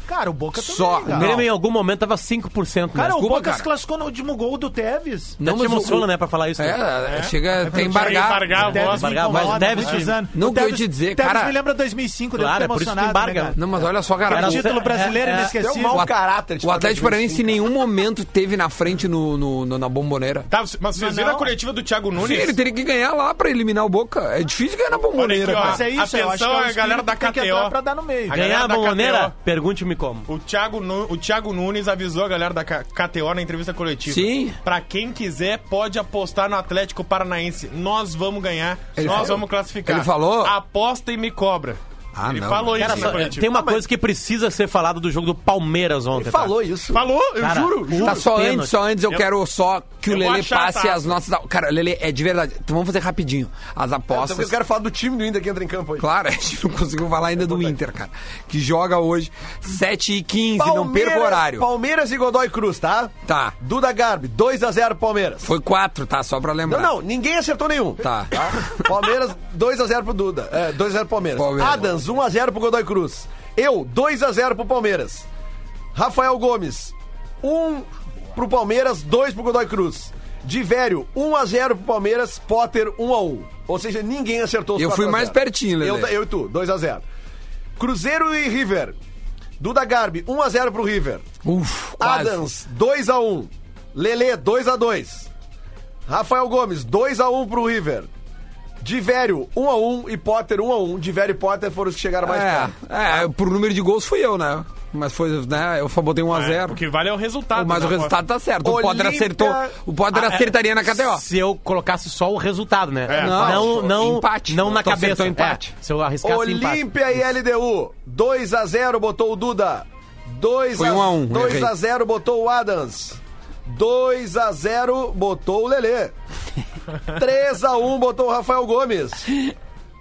F: Cara, o Boca também,
A: Só,
F: cara.
B: O Grêmio em algum momento tava 5%,
F: Cara,
B: né?
F: o
A: desculpa,
F: Boca
A: cara.
F: se classificou no último gol do Tevez.
B: Não te
A: mas o-
B: emociona, né, pra falar isso. né?
A: É, chega, tem
D: Tinha que
A: embargar.
D: embargar a voz.
B: Deve- Mas Tevez te-
A: Não,
F: Não
A: o que eu ia te dizer,
F: Tevez
A: cara-
F: me lembra 2005,
B: Claro,
F: claro,
B: é
F: eu
B: por
F: fico
B: isso que
F: emocionado,
B: embarga.
F: né, cara?
A: Não, mas olha só, cara.
B: Cara,
A: o-
B: não
F: Título
B: é-
F: brasileiro
B: é- é-
C: Deu um
F: inesquecível.
C: mau caráter. de
A: O Atlético
C: falar
A: Paranaense em nenhum momento teve na frente no, no- no- na bomboneira.
D: Tá, mas vocês
F: Não,
D: viram a
F: não.
D: coletiva do Thiago Nunes?
A: Sim, ele teria que ganhar lá pra eliminar o Boca. É difícil ganhar na
D: Olha
A: bomboneira.
D: aqui, ó.
A: cara.
F: Mas é isso, eu acho
D: Atenção,
F: que é o
D: a galera
F: espírito
D: da
F: que tem que
D: KTO.
F: entrar pra dar no meio.
B: Ganhar
D: A galera
B: a
D: da
B: bomboneira?
D: KTO.
B: Pergunte-me como.
D: O Thiago, Nu- o Thiago Nunes avisou a galera da K- KTO na entrevista coletiva.
A: Sim.
D: Pra quem quiser, pode apostar no Atlético Paranaense. Nós vamos ganhar,
A: Ele
D: nós
A: falou?
D: vamos classificar.
A: Ele falou?
D: Aposta e me cobra.
A: Ah,
D: ele
A: não.
D: falou
B: Cara,
D: isso
B: só-
D: na coletiva.
B: tem uma coisa que precisa ser falada do jogo do Palmeiras ontem.
C: Ele
B: tá?
C: falou isso.
D: Falou, eu
B: Cara,
D: juro. juro.
A: Tá, só
B: pênalti.
A: antes, só antes eu, quero só que o
D: eu vou
A: Lele
D: achar,
A: passe
D: tá?
A: as nossas. Cara, Lele, é de verdade. Então vamos fazer rapidinho. As
C: Então, eu
A: apostas.
C: quero falar do time do Inter que entra em campo hoje.
A: Claro, a gente não conseguiu falar ainda do Inter, cara. Que joga hoje 7h15, não perca o horário.
C: Palmeiras e Godoy Cruz, tá?
A: Tá.
C: Duda Garbi, 2x0 Palmeiras.
A: Foi 4, tá? Só pra
C: Não,
A: lembrar.
C: não, ninguém acertou nenhum.
A: Tá.
C: Palmeiras, 2x0 pro Duda. É, 2x0 Palmeiras.
A: Palmeiras.
C: Adams, 1x0 pro Godoy Cruz. Eu, 2x0 pro Palmeiras. Rafael Gomes, 1 pro Palmeiras, 2 pro Godoy Cruz. Divério, 1x0 pro Palmeiras, Potter, 1x1. Ou seja, ninguém acertou os
A: Eu fui
C: 4 a 0.
A: mais pertinho, Lelê.
C: Eu, eu e tu, 2x0. Cruzeiro e River. Duda Garbi, 1x0 pro River.
A: Uf, quase.
C: Adams, 2x1. Lele, 2x2. Rafael Gomes, 2x1 pro River. Divério, 1x1 e Potter, 1x1. Divério e Potter foram os que chegaram mais
A: É,
C: perto.
A: é, por número de gols fui eu, né? Mas foi, né? Eu só botei 1 a
D: É,
A: 0
D: O que vale é o resultado.
A: Mas o
D: né?
A: resultado tá certo. O Potter
C: Olímpia-
A: acertou. O Potter acertaria na KTO.
B: tá? Se eu colocasse só o resultado, né?
D: É,
B: não,
A: não,
B: não,
A: empate.
B: não na
A: Tu acertou
B: cabeça.
A: empate.
B: É, se eu arriscasse empate.
C: Olímpia e LDU, 2x0 botou o Duda. 2
A: Foi
C: a,
A: um a um,
C: 2
A: errei.
C: a 0 botou o Adams. 2 a 0 botou o Lelê. 3 a 1 botou o Rafael Gomes.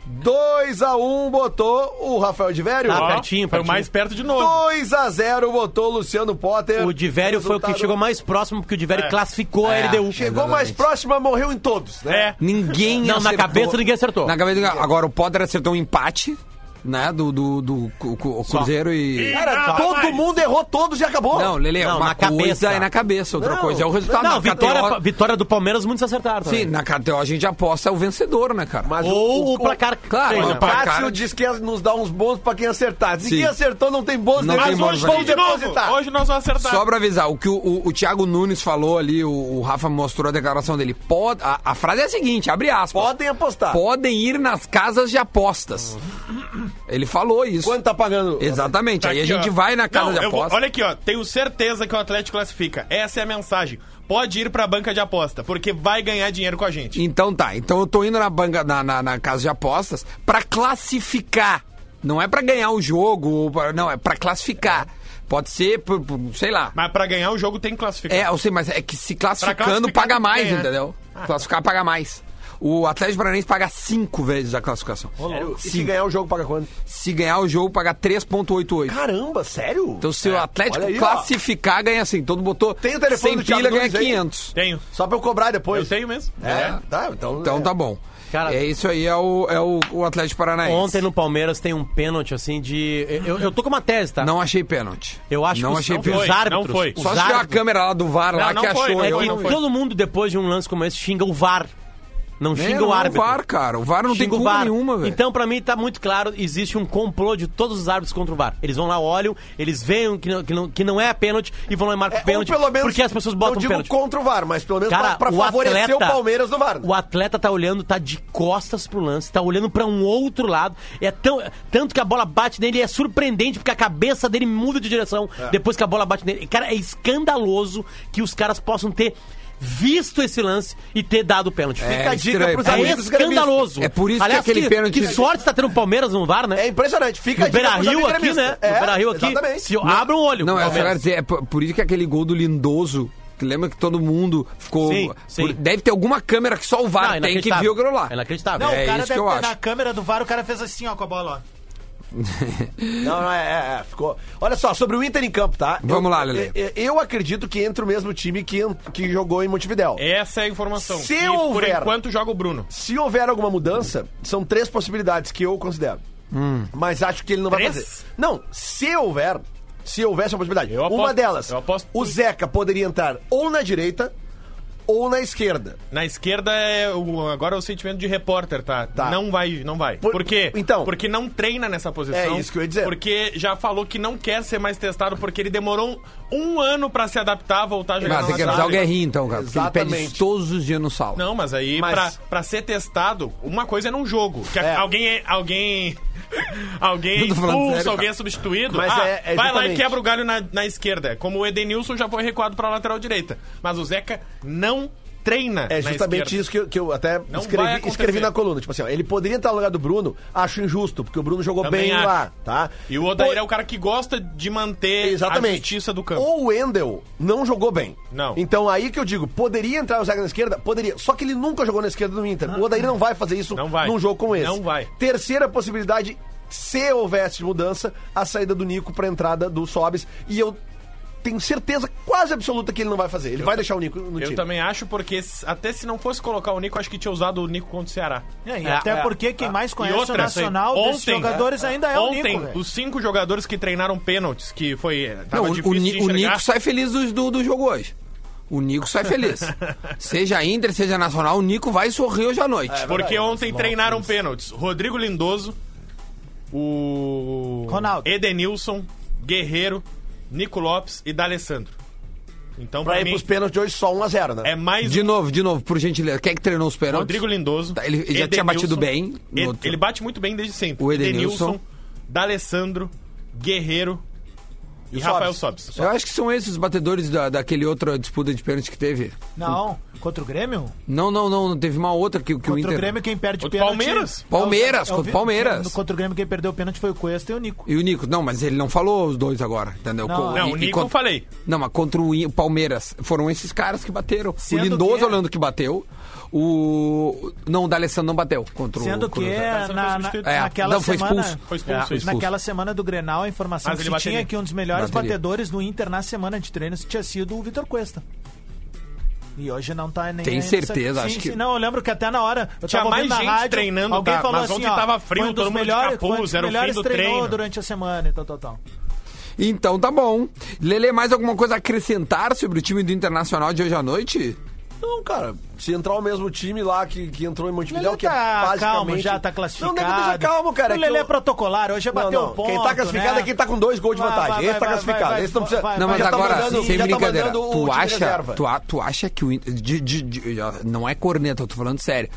C: 2 a 1 botou o Rafael Divério.
B: Tá
D: Ó,
B: pertinho,
D: Foi
B: pertinho.
D: mais perto de novo.
C: 2 a 0 botou o Luciano Potter.
B: O Divério foi o que
C: Resultado-
B: chegou mais próximo, porque o Divério
D: É.
B: classificou
A: É,
B: a LDU.
C: Chegou mais próxima, morreu em todos, né?
D: É.
A: Ninguém
B: Não, na
A: acertou.
B: cabeça ninguém acertou.
A: Na cabeça ninguém- Agora o Potter acertou um empate. né? Do, do, do cu- cu- Cruzeiro e.
C: Cara, todo mundo errou todos e acabou.
A: Não, Lele,
B: Não,
A: uma
B: na
A: coisa
B: cabeça.
A: é na cabeça, outra
C: Não,
A: coisa é o resultado.
B: Não,
A: Na
B: vitória,
A: KTO
B: vitória do Palmeiras, muitos acertaram.
A: Sim,
B: também.
A: na KTO a gente aposta o vencedor, né, cara?
C: Mas
B: Ou o placar.
A: Claro,
B: Sim,
A: mas
B: né?
A: o placar-
C: Cássio
A: cara-
C: diz que ia nos dá uns bons pra quem acertar. Se
A: Sim.
C: quem acertou não tem bônus,
A: Não
C: né?
A: tem
D: Mas
A: bônus
D: hoje
A: pra
D: vamos
A: gente.
D: de novo. Hoje nós vamos acertar.
A: Só pra avisar, o que o, o- o Thiago Nunes falou ali, o, o Rafa mostrou a declaração dele. Pode, a, a frase é a seguinte, abre aspas.
C: Podem apostar.
A: Podem ir nas casas de apostas. Ele falou isso.
C: Quanto tá pagando?
A: Exatamente.
D: Tá
A: Aí a
D: aqui,
A: gente
D: ó.
A: vai na casa
D: Não,
A: de
D: eu vou-
A: apostas.
D: Olha aqui, ó. Tenho certeza que o Atlético classifica. Essa é a mensagem. Pode ir pra banca de aposta, porque vai ganhar dinheiro com a gente.
A: Então tá, então eu tô indo na banca na, na, na casa de apostas pra classificar. Não é pra ganhar o jogo, ou pra- não, é pra classificar. Pode ser, por, por- sei lá.
D: Mas pra ganhar o jogo tem que classificar.
A: É, eu sei, mas é que se
D: Pra
A: classificando
D: classificar,
A: paga mais,
D: ganha.
A: entendeu? Classificar paga mais. O Atlético Paranaense paga cinco vezes a classificação.
C: Sério? E se
A: Cinco.
C: ganhar o jogo, paga quanto?
A: Se ganhar o jogo, paga 3,88.
C: Caramba, sério?
A: Então, se o
C: É,
A: Atlético
C: olha aí, ó.
A: classificar, ganha assim. Todo botou
C: Tem o telefone
A: 100
C: do Thiago
A: pilha, ganha
C: Nunes aí?
A: 500.
D: Tenho.
C: Só pra eu cobrar
D: Eu
C: depois.
D: tenho mesmo.
C: É, tá, então...
A: Então
C: é.
A: tá bom.
B: Cara-
A: é isso aí, é o, é o, o Atlético Paranaense.
B: Ontem no Palmeiras tem um pênalti assim de. Eu, eu tô com uma tese, tá?
A: Não achei pênalti.
B: Eu acho
A: não
B: que os-
A: achei
B: não
A: pênalti.
B: os
D: Não
B: árbitros.
D: foi.
B: Os
A: Só se tiver a
B: árbitros
A: câmera lá do VAR lá
D: Não, não
A: que
D: foi,
A: achou.
D: não
B: é
A: eu
B: que
D: não foi.
B: todo mundo, depois de um lance como esse, xinga o VAR. Não xinga
A: É,
B: o
A: não,
B: árbitro.
A: O VAR, cara. O VAR não tem
B: Xinga o
A: culpa
B: VAR.
A: nenhuma, velho.
B: Então, pra mim, tá muito claro, existe um complô de todos os árbitros contra o VAR. Eles vão lá, olham, eles veem que não, que não, que não é pênalti e vão lá e marcam
C: É,
B: o
C: ou
B: pênalti.
C: pelo menos,
B: porque as pessoas botam
C: não
B: o
C: digo
B: pênalti.
C: contra o VAR, mas pelo menos
B: Cara,
C: pra, pra
B: o
C: favorecer
B: atleta,
C: o Palmeiras no VAR. né?
B: O atleta tá olhando, tá de costas pro lance, tá olhando pra um outro lado. É tão, tanto que a bola bate nele é surpreendente porque a cabeça dele muda de direção
C: É.
B: depois que a bola bate nele. Cara, é escandaloso que os caras possam ter visto esse lance e ter dado o pênalti.
A: É
C: Fica a dica
A: estranho.
C: pros
B: É
C: amigos gremistas.
B: escandaloso.
A: É por isso que
B: Aliás,
A: aquele pênalti-
B: Que sorte tá tendo o Palmeiras no VAR, né?
C: É impressionante. Fica
B: no Beira Rio
C: amigos
B: aqui,
C: gremistas.
B: né? no Beira Rio aqui.
C: É, Exatamente.
B: Se, abra o olho.
A: É, Não, é,
B: Palmeiras.
A: só dizer, é por por isso que aquele gol do Lindoso, que lembra que todo mundo ficou.
B: Sim, sim.
A: por- deve ter alguma câmera que só o
B: Não,
A: VAR
B: é
A: tem que
B: inacreditável.
A: ver o grau lá.
B: É inacreditável.
F: Não,
A: É
F: o cara
A: isso
F: deve
A: que eu
F: ter na
A: acho.
F: câmera do VAR, o cara fez assim, ó, com a bola, ó.
C: Não, não, é, é, é, ficou. Olha só, sobre o Inter em campo, tá?
A: Vamos
C: Eu-
A: lá, Lelê.
C: Eu, eu acredito que entra o mesmo time que, en- que jogou em Montevidéu.
D: Essa é a informação.
C: Se
D: E, por
C: houver-
D: enquanto joga o Bruno.
C: Se houver alguma mudança, são três possibilidades que eu considero.
A: Hum.
C: Mas acho que ele não vai
D: Três?
C: fazer. Não, se houver, se houvesse uma possibilidade,
D: Eu aposto-
C: uma delas,
D: eu aposto
C: o
D: tudo.
C: Zeca poderia entrar ou na direita ou na esquerda.
D: Na esquerda é o, agora é o sentimento de repórter, tá?
C: Tá.
D: Não vai, não vai.
C: Por-
D: Por, quê?
C: então.
D: porque não treina nessa posição.
C: É isso que eu ia dizer.
D: Porque já falou que não quer ser mais testado porque ele demorou um, um ano pra se adaptar, voltar a jogar
A: Mas
D: na
A: tem que
D: nossa
A: avisar o
D: área.
A: Guerrinho, então, cara. Porque ele pede
C: Exatamente.
A: isso todos os dias no sal.
D: Não, mas aí
C: Mas-
D: Pra, pra ser testado, uma coisa é num jogo. Que
C: É.
D: alguém é, alguém alguém é
A: Eu tô falando
D: expulso,
A: sério,
D: alguém
A: cara.
D: é substituído.
C: Mas
D: ah,
C: é- é
D: vai lá e
C: exatamente.
D: quebra o galho na, na esquerda. Como o Edenilson já foi recuado pra lateral direita. Mas o Zeca não treina
C: É
D: na
C: justamente
D: esquerda.
C: isso que eu, que eu até
D: Não vai
C: escrevi,
D: acontecer.
C: escrevi na coluna. Tipo assim, ó, ele poderia entrar no lugar do Bruno, acho injusto, porque o Bruno jogou
D: Também
C: bem
D: acho.
C: lá, tá?
D: E o
C: Pô-
D: Odair é o cara que gosta de manter a
C: Exatamente.
D: justiça do campo.
C: Ou o Wendel não jogou bem.
D: Não.
C: Então aí que eu digo, poderia entrar o Zaga na esquerda? Poderia. Só que ele nunca jogou na esquerda do Inter. O Odair não vai fazer isso
D: Não vai.
C: num jogo como esse.
D: Não vai.
C: Terceira possibilidade, se houvesse mudança, a saída do Nico pra entrada do Sobis. E eu tenho certeza quase absoluta que ele não vai fazer. Ele vai deixar o Nico no
D: Eu
C: time.
D: também acho, porque s- até se não fosse colocar o Nico, acho que tinha usado o Nico contra o Ceará.
F: É, E
B: É,
F: até
B: é,
F: porque quem mais conhece
D: outra, assim,
F: o Nacional
D: ontem-
F: desses jogadores ainda é
D: Ontem,
F: o Nico,
D: os
F: velho.
D: cinco jogadores que treinaram pênaltis, que foi. eh, Tava
A: Não, o,
D: difícil
A: o
D: de
A: Ni- o
D: enxergar.
A: Nico sai feliz do, do, do jogo hoje. O Nico sai feliz. seja Inter, seja Nacional, o Nico vai sorrir hoje à noite.
D: Porque ontem treinaram pênaltis. Rodrigo Lindoso, o.
F: Ronaldo.
D: Edenilson, Guerreiro, Nico Lopes e D'Alessandro. Então, pra,
C: Pra ir
D: mim,
C: pros pênaltis de hoje só 1x0, né?
D: é mais
A: De novo, de novo, por gentileza. Quem é que treinou os pênaltis?
D: Rodrigo Lindoso.
A: Tá, ele- ele já tinha batido bem no
D: Ele,
A: outro.
D: ele bate muito bem desde sempre.
A: O Edenilson.
D: D'Alessandro, Guerreiro e, Rafael Sobis.
A: Eu acho que são esses os batedores da, daquele outra disputa de pênalti que teve.
F: Não, contra o Grêmio?
A: Não, não, não. Teve uma outra que, que o
F: Contra
A: Inter.
F: o Grêmio quem perde o
D: Contra o
F: pênalti...
D: Palmeiras?
F: É o-
A: Palmeiras,
F: é o-
A: contra o Palmeiras.
F: Contra o Grêmio quem perdeu o pênalti foi o Cuesta e o Nico.
A: E o Nico, não, mas ele não falou os dois agora, entendeu?
F: Não,
A: Co-
F: não,
A: e-
D: Não,
A: e
D: o Nico
A: con-
D: eu falei.
A: Não, mas contra o I- o Palmeiras. Foram esses caras que bateram.
F: Sendo
A: o Lindoso
F: que-
A: olhando que bateu. O. Não, o D'Alessandro não bateu contra o-
F: Sendo
A: contra
F: que
A: o.
F: na,
D: foi
F: na-
D: substituído.
A: É,
F: naquela
A: não, foi
F: semana... É,
A: expulso.
D: Foi expulso.
A: Foi expulso.
F: Naquela semana do Grenal, a informação é
D: Mas
F: que
D: ele
F: se tinha
D: bateria.
F: é que um dos melhores
A: Bateria.
F: batedores do Inter na semana de treinos tinha sido o Vitor Cuesta. E hoje não tá nem.
A: Tem
F: aí nisso aí.
A: certeza,
F: sim,
A: acho
F: sim,
A: que-
F: Não, eu lembro que até na hora. Eu
D: Tinha
F: tava
D: mais
F: ouvindo na
D: gente
F: rádio,
D: treinando,
F: alguém
D: tá,
F: falou
D: mas
F: assim,
D: ontem
F: ó,
D: tava frio,
F: foi um dos
D: todo mundo de
F: melhores,
D: capuz,
F: foi um dos
D: era o fim
F: melhores
D: do
F: treinou
D: treino.
F: durante a semana e tal, tal, tal.
A: Então tá bom. Lele, mais alguma coisa a acrescentar sobre o time do Internacional de hoje à noite?
C: Não, cara, se entrar o mesmo time lá que, que entrou em Montevidéu,
F: Lelê
C: que é
F: tá
C: basicamente...
F: calmo, já tá classificado.
C: Não, deve deixar calmo, cara.
F: O
C: que
F: Lelê é
C: eu-
F: protocolar, hoje é
C: Não,
F: bater
C: não,
F: o ponto,
C: Quem tá classificado
F: né?
C: é quem tá com dois gols de
F: Vai,
C: vantagem.
F: vai,
C: esse tá
F: vai,
C: classificado.
F: vai,
C: esse não precisa.
F: vai,
C: Ah, já
F: vai,
A: Não, mas
F: já tá
A: agora,
F: mandando- um
A: sem
C: já tá
A: brincadeira,
C: mandando o
A: tu
C: time
A: acha,
C: reserva.
A: tu, a- tu acha que o Inter. de- de- de- já- não é corneta, eu tô falando sério.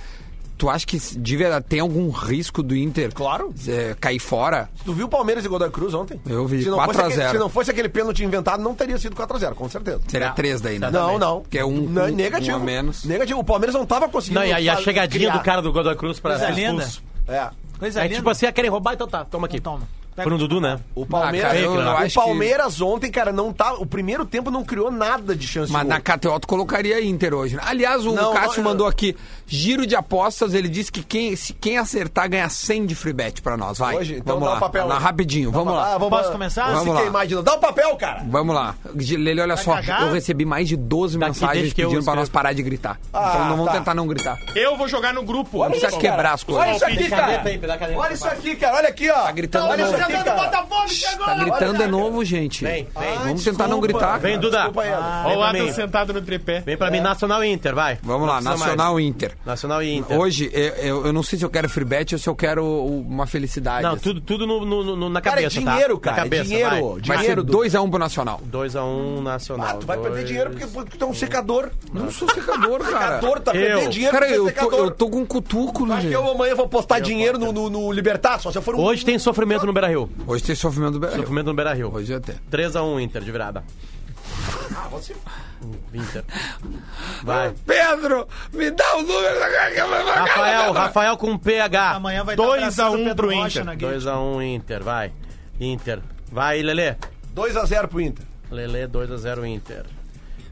A: Tu acha que de verdade, tem algum risco do Inter
C: Claro.
A: é, cair fora?
C: Tu viu o Palmeiras e Godoy Cruz ontem?
A: Eu vi,
C: Se não, fosse
A: 4 a 0.
C: aquele, se não fosse aquele pênalti inventado, não teria sido 4x0, com certeza.
A: Seria três daí, né?
C: Não, não.
A: Que é um-
C: Não,
A: um-
C: negativo.
A: um a menos.
C: Negativo. O Palmeiras não tava conseguindo.
B: Não, e a, e a
C: fa-
B: chegadinha
C: criar.
B: do cara do Godoy Cruz pra
F: Coisa
B: ser
F: linda.
B: expulso.
C: É.
F: Coisa
B: É
F: linda.
B: tipo assim, ah, querem roubar, então tá, toma aqui.
F: Toma.
B: Por um Dudu, né?
C: O Palmeiras,
A: Ah, cara, eu- eu
C: o
A: acho que-
C: Palmeiras ontem, cara, não tá. O primeiro tempo não criou nada de chance
A: Mas
C: de
A: na
C: gol.
A: KTO tu colocaria Inter hoje. né? Aliás, o
C: Não,
A: Cássio
C: não, eu-
A: mandou aqui giro de apostas. Ele disse que quem, se quem acertar ganha 100 de free bet pra nós. Vai.
C: Hoje, então
A: vamos
C: dá
A: lá.
C: o papel.
A: Na- rapidinho, vamos lá.
C: Ah,
F: Posso começar?
C: Vamos
A: Vamos
C: se
A: lá.
C: queimar de novo. Dá o papel, cara!
A: Vamos lá. Lele,
C: Tá
A: olha só.
F: cagar?
A: Eu recebi mais de 12
B: Daqui,
A: mensagens
B: deixa que eu
A: pedindo pra nós
B: escrevo.
A: parar de gritar.
C: Ah,
A: então não vamos
C: tá.
A: tentar não gritar.
D: Eu vou jogar no grupo.
A: Não precisa
D: Paulo.
A: quebrar as coisas.
C: Olha isso aqui, cara!
B: me dá
C: Olha isso aqui, cara! Olha aqui, ó! Tá
A: gritando
C: Olha
A: de
C: isso
A: novo.
C: aqui, cara!
A: Tá gritando de novo, gente.
B: Vem, vem.
A: Vamos tentar não gritar.
B: Vem, Duda.
C: Desculpa aí, Adam.
D: Olha o
B: Vem pra
D: Adam
B: mim.
D: sentado no tripé.
B: Vem pra mim, Nacional e Inter, vai.
A: É. Vamos
B: Não
A: lá,
B: precisa
A: Nacional
B: mais.
A: e Inter.
B: Nacional e Inter.
A: Hoje, eu, eu- eu não sei se eu quero free bet ou se eu quero uma felicidade.
B: Não, tudo, tudo no, no- no- na
C: Cara, é
B: cabeça, tá?
C: dinheiro, cara!
B: Na
C: é
B: cabeça,
C: dinheiro!
B: vai.
A: Vai ser
C: Dinheiro!
A: 2x1 pro Nacional.
B: 2 a 1 Nacional.
C: Ah, tu vai perder
B: dois-
C: dinheiro porque, porque tu é um secador.
A: Não sou secador, cara.
C: Secador, tá perdendo
B: Eu-
C: dinheiro
A: Cara,
C: porque é
A: eu tô,
C: secador.
A: eu tô com um cutuco,
C: Acho que
A: velho.
C: eu amanhã vou postar dinheiro no, no, no Libertar, só se eu for um.
B: Hoje tem sofrimento no Beira-Rio.
A: Hoje tem sofrimento do Brasil.
B: Sofrimento no Beira-Rio.
A: Hoje até.
B: 3 a 1 Inter de virada.
A: Ah,
B: Inter. Vai.
A: Pedro, me dá o número da cara que eu vou marcar.
B: Rafael, Rafael com PH.
F: Amanhã vai
D: Dois
F: estar abraçando
D: a um
F: o Pedro
D: pro
F: Rocha né?
D: Inter.
F: na guia.
B: 2 a 1 Inter, vai. Inter. Vai, Lelê.
C: 2x0 pro Inter.
B: Lelê 2 a 0 Inter.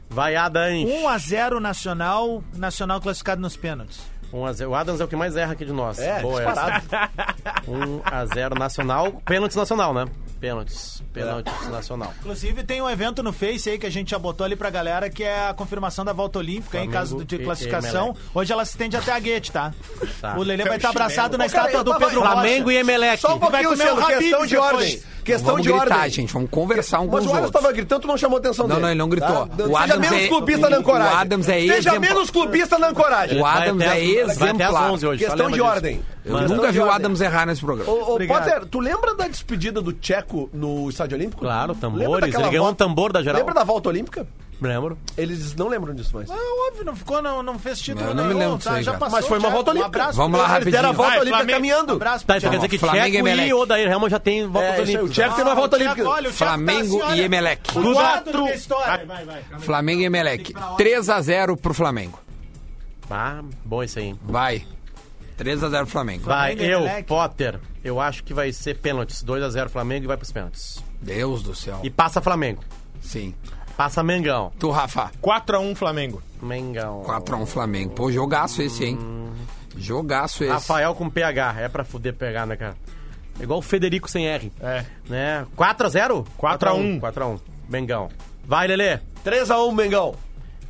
B: Vai, Adams.
F: 1 a 0 Nacional, Nacional classificado nos pênaltis.
B: 1 a 0. O Adams é o que mais erra aqui de nós.
C: É,
B: Boa
F: tipo
B: essa.
C: disparado.
F: assim,
B: 1 a 0 Nacional. Pênaltis Nacional, né? É. Pênaltis. Pênaltis Nacional.
F: Inclusive tem um evento no Face aí que a gente já botou ali pra galera que é a confirmação da volta olímpica em
B: Flamengo
F: caso de
B: e
F: classificação.
B: Emelec.
F: Hoje ela se estende até a guete, tá?
B: Tá.
F: O Lelê
D: Então,
F: vai estar
D: chinelo.
F: abraçado na
C: Ô, cara, tá
F: estátua do
C: vai, vai,
F: Pedro
C: vai.
B: Flamengo
F: Rocha.
B: e Emelec.
C: Só um
F: Vai
C: pouquinho,
F: comer o
C: Luciano, questão
F: Habib
C: de
F: depois.
C: ordem. Questão
A: vamos
C: de
A: gritar,
C: ordem.
A: gente. Vamos conversar um com
C: Mas
A: os
C: o Adams
A: outros.
C: tava gritando, tu não chamou atenção
A: Não,
C: dele.
A: não, ele não gritou.
C: Tá?
A: O
C: Seja
A: Adams
C: menos
A: é-
C: clubista na
A: o
C: ancoragem.
A: Adams é
C: Seja
A: exemplo-
C: menos clubista na ancoragem.
A: O
B: Vai
A: Adams
B: até
A: é
B: as- vai até as
A: exemplar.
B: 11 hoje, só
C: Questão
B: lembra
C: de
B: disso.
C: ordem.
A: Eu
B: Mas-
A: nunca vi o
C: tá Ordem.
A: Adams errar nesse programa.
C: Ô, ô
F: Obrigado.
C: Potter, tu lembra da despedida do Tcheco no Estádio Olímpico?
B: Claro,
C: Lembra
B: tambores. Ele
C: daquela
B: ganhou um
C: volta-
B: tambor da geral.
C: Lembra da volta olímpica?
B: Lembro.
C: Eles não lembram disso
A: Ah,
C: mais.
F: Não, óbvio, não ficou, não, não fez título
A: Eu não me
F: nenhum,
A: lembro disso
F: tá?
A: aí,
F: Já
A: cara.
F: passou,
C: Mas foi uma
F: já.
C: volta
F: Um
C: olímpica.
F: abraço,
A: Vamos lá,
C: Eles deram a
A: rapidinho.
C: volta
D: Vai,
C: olímpica
D: Flamengo.
F: um
C: caminhando.
F: abraço.
B: Tá, isso quer
A: Vamos,
B: dizer que
A: Flamengo e
B: Tcheco e
A: Emelec.
B: Odair Helman já tem volta
C: É, isso aí,
B: olímpica.
C: o Tcheco tem uma volta olímpica. assim,
A: Flamengo e Emelec.
F: tá assim, Quatro da história. Vai, vai.
A: Flamengo e Emelec. 3x0 pro Flamengo.
B: Ah, bom isso aí.
A: Vai. 3x0 pro Flamengo.
B: Vai,
F: Flamengo e
B: eu,
F: Emelec.
B: Potter. Eu acho que vai ser pênaltis. 2x0 Flamengo e vai pros pênaltis.
A: Deus do céu.
B: E passa Flamengo.
A: Sim.
B: Passa Mengão.
A: Tu, Rafa.
D: 4x1 Flamengo.
B: Mengão.
A: 4x1 Flamengo. Pô, jogaço esse, hein?
C: Hum.
A: Jogaço esse.
B: Rafael com PH. É pra fuder PH, né, cara? É igual o Federico sem R.
D: É.
B: Né? 4x0?
D: 4x1.
B: 4x1. Mengão. Vai, Lelê.
C: 3x1, Mengão.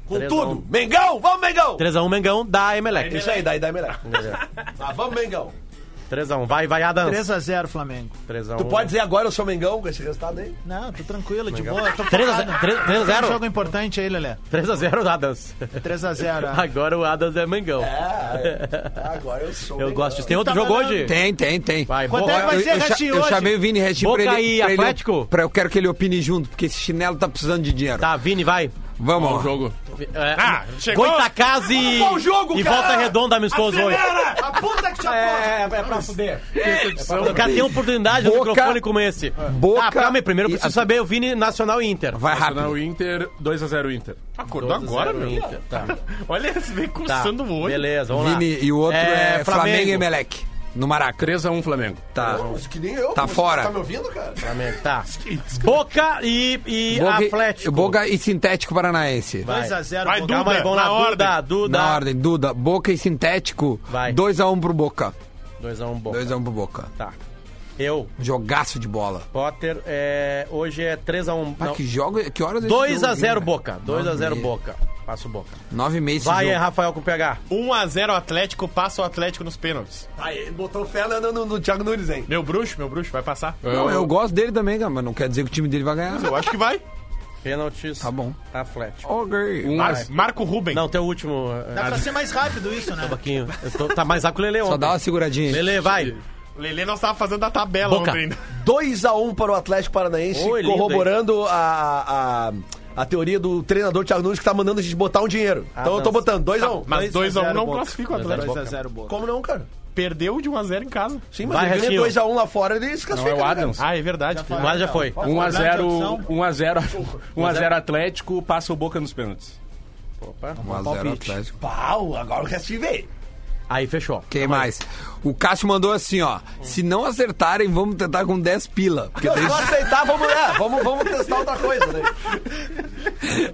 C: Com
B: 3 a 1.
C: tudo. Mengão, vamos, Mengão!
B: 3x1 Mengão da Emelec.
C: Isso aí, daí, daí melhor. Ah, vamos, Mengão.
B: 3x1. Vai, vai, Adams.
F: 3 a 0 Flamengo.
B: 3x1.
C: Tu pode dizer agora eu sou Mengão com esse resultado aí?
F: Não, tô tranquilo, de boa. Tô
B: 3 a 0,
F: focado.
B: 3 3 a 0.
F: Tem um jogo importante aí, Lelé.
B: 3x0 Adams.
F: 3 a 0 é.
B: Agora o Adams é Mengão.
C: Ah, é. agora eu sou.
B: Eu
C: Mengão.
B: gosto disso. Tem outro
F: Tá
B: jogo
F: mandando.
B: hoje?
A: Tem, tem, tem.
B: Vai,
F: Quanto é que
B: boa.
F: vai
A: Eu,
F: ser,
A: eu cha-
F: Ratinho,
A: eu
F: hoje?
A: chamei o Vini Restinho
B: Boca
A: pra ele.
B: e
A: pra ele-
B: Atlético?
A: pra- eu quero que ele opine junto, porque esse chinelo tá precisando de dinheiro.
B: Tá, Vini, vai.
A: Vamos.
D: Bom jogo.
B: É,
D: Ah, chegou.
B: Goitacazzi
C: Qual o jogo,
B: e
C: cara?
B: volta redonda amistoso hoje.
C: A puta que te
B: É, é pra fuder.
C: Tá
B: O cara tem oportunidade no
A: Boca-
B: microfone como esse.
A: Boca
B: Ah, calma aí, primeiro
A: e-
B: eu preciso saber o Vini Nacional e Inter.
A: Vai rápido.
J: Inter, 2x0 Inter.
D: Acordou agora,
B: 2 a 0
D: meu.
B: Inter. Tá,
D: Olha, você vem
B: tá.
D: coçando o olho.
B: Beleza, vamos lá.
A: Vini e o outro é, Flamengo. e
B: Flamengo.
A: Emelec. No Maraca.
J: 3x1 Flamengo.
A: Tá.
C: Que nem eu.
A: Tá
C: você
A: fora.
C: Tá me ouvindo, cara?
B: Flamengo, Tá. Boca e, e
A: Boca,
B: Atlético.
A: Boca e Sintético Paranaense.
F: 2 a 0
D: Vai,
F: Boca.
B: Calma aí, vamos lá.
D: Na
B: Duda,
D: ordem.
B: Duda.
A: Na ordem, Duda. Boca e Sintético.
B: Vai.
A: 2x1 pro Boca.
B: 2x1 Boca.
A: 2x1 pro Boca.
B: Tá. Eu,
A: Jogaço de bola.
B: Potter, é, hoje é 3x1.
A: Pá, que jogo. Que horas é esse jogo,
B: 2x0
A: né?
B: Boca. 2x0
A: Nove e meia.
B: Boca. Passa o boca.
A: Nove meses. esse
B: Vai,
A: jogo.
B: é, Rafael com o PH.
D: 1x0 Atlético, passa o Atlético nos pênaltis.
C: Tá Aí, botou fé no, no- no Thiago Nunes, hein?
D: Meu bruxo, meu bruxo, vai passar.
A: Não, eu gosto dele também, cara, mas não quer dizer que o time dele vai ganhar.
D: Eu acho que vai.
B: Pênaltis.
A: Tá bom. Um
B: Atlético.
A: Ok.
D: Mar- Marco Ruben.
B: Não, tem o último. eh,
F: Dá pra ser mais rápido isso, né?
B: Baquinho. Eu tô- tá mais rápido que o Lele
A: Só
B: ontem.
A: dá uma seguradinha. aí.
B: Lele, vai.
D: Lele nós tava fazendo a tabela
B: Boca.
D: ontem ainda.
C: 2x1 para o Atlético Paranaense,
B: Oi, lindo,
C: corroborando a, a, a teoria do treinador Thiago Nunes que tá mandando a gente botar um dinheiro. então eu tô
B: não.
C: botando 2x1.
D: Tá, Mas
F: 2 a
D: 2x1
F: zero,
D: não
F: Boca.
D: classifica o Atlético.
F: 2x0 boa.
C: Como não, cara?
D: Perdeu de 1x0 em casa.
C: Sim, mas
B: Vai,
C: ele ganha
B: Rafinho.
C: 2x1 lá fora, ele se
J: Não é
C: classifica.
J: o
C: né,
J: Adams.
D: Ah, é verdade. Um
B: Mas um. já foi.
J: 1 a
F: Posso falar de
J: 0
F: opção?
J: 1 a 0 1 a 0 Atlético, passa o Boca nos pênaltis.
A: Um a zero Atlético.
C: Pau, agora eu quero te ver.
B: Aí fechou.
A: Quem mais? O Cássio mandou assim, ó. Se não acertarem, vamos tentar com 10 pila. Porque
C: Não, se
A: daí
C: não aceitar, vamos, é, vamos, vamos testar outra coisa, né?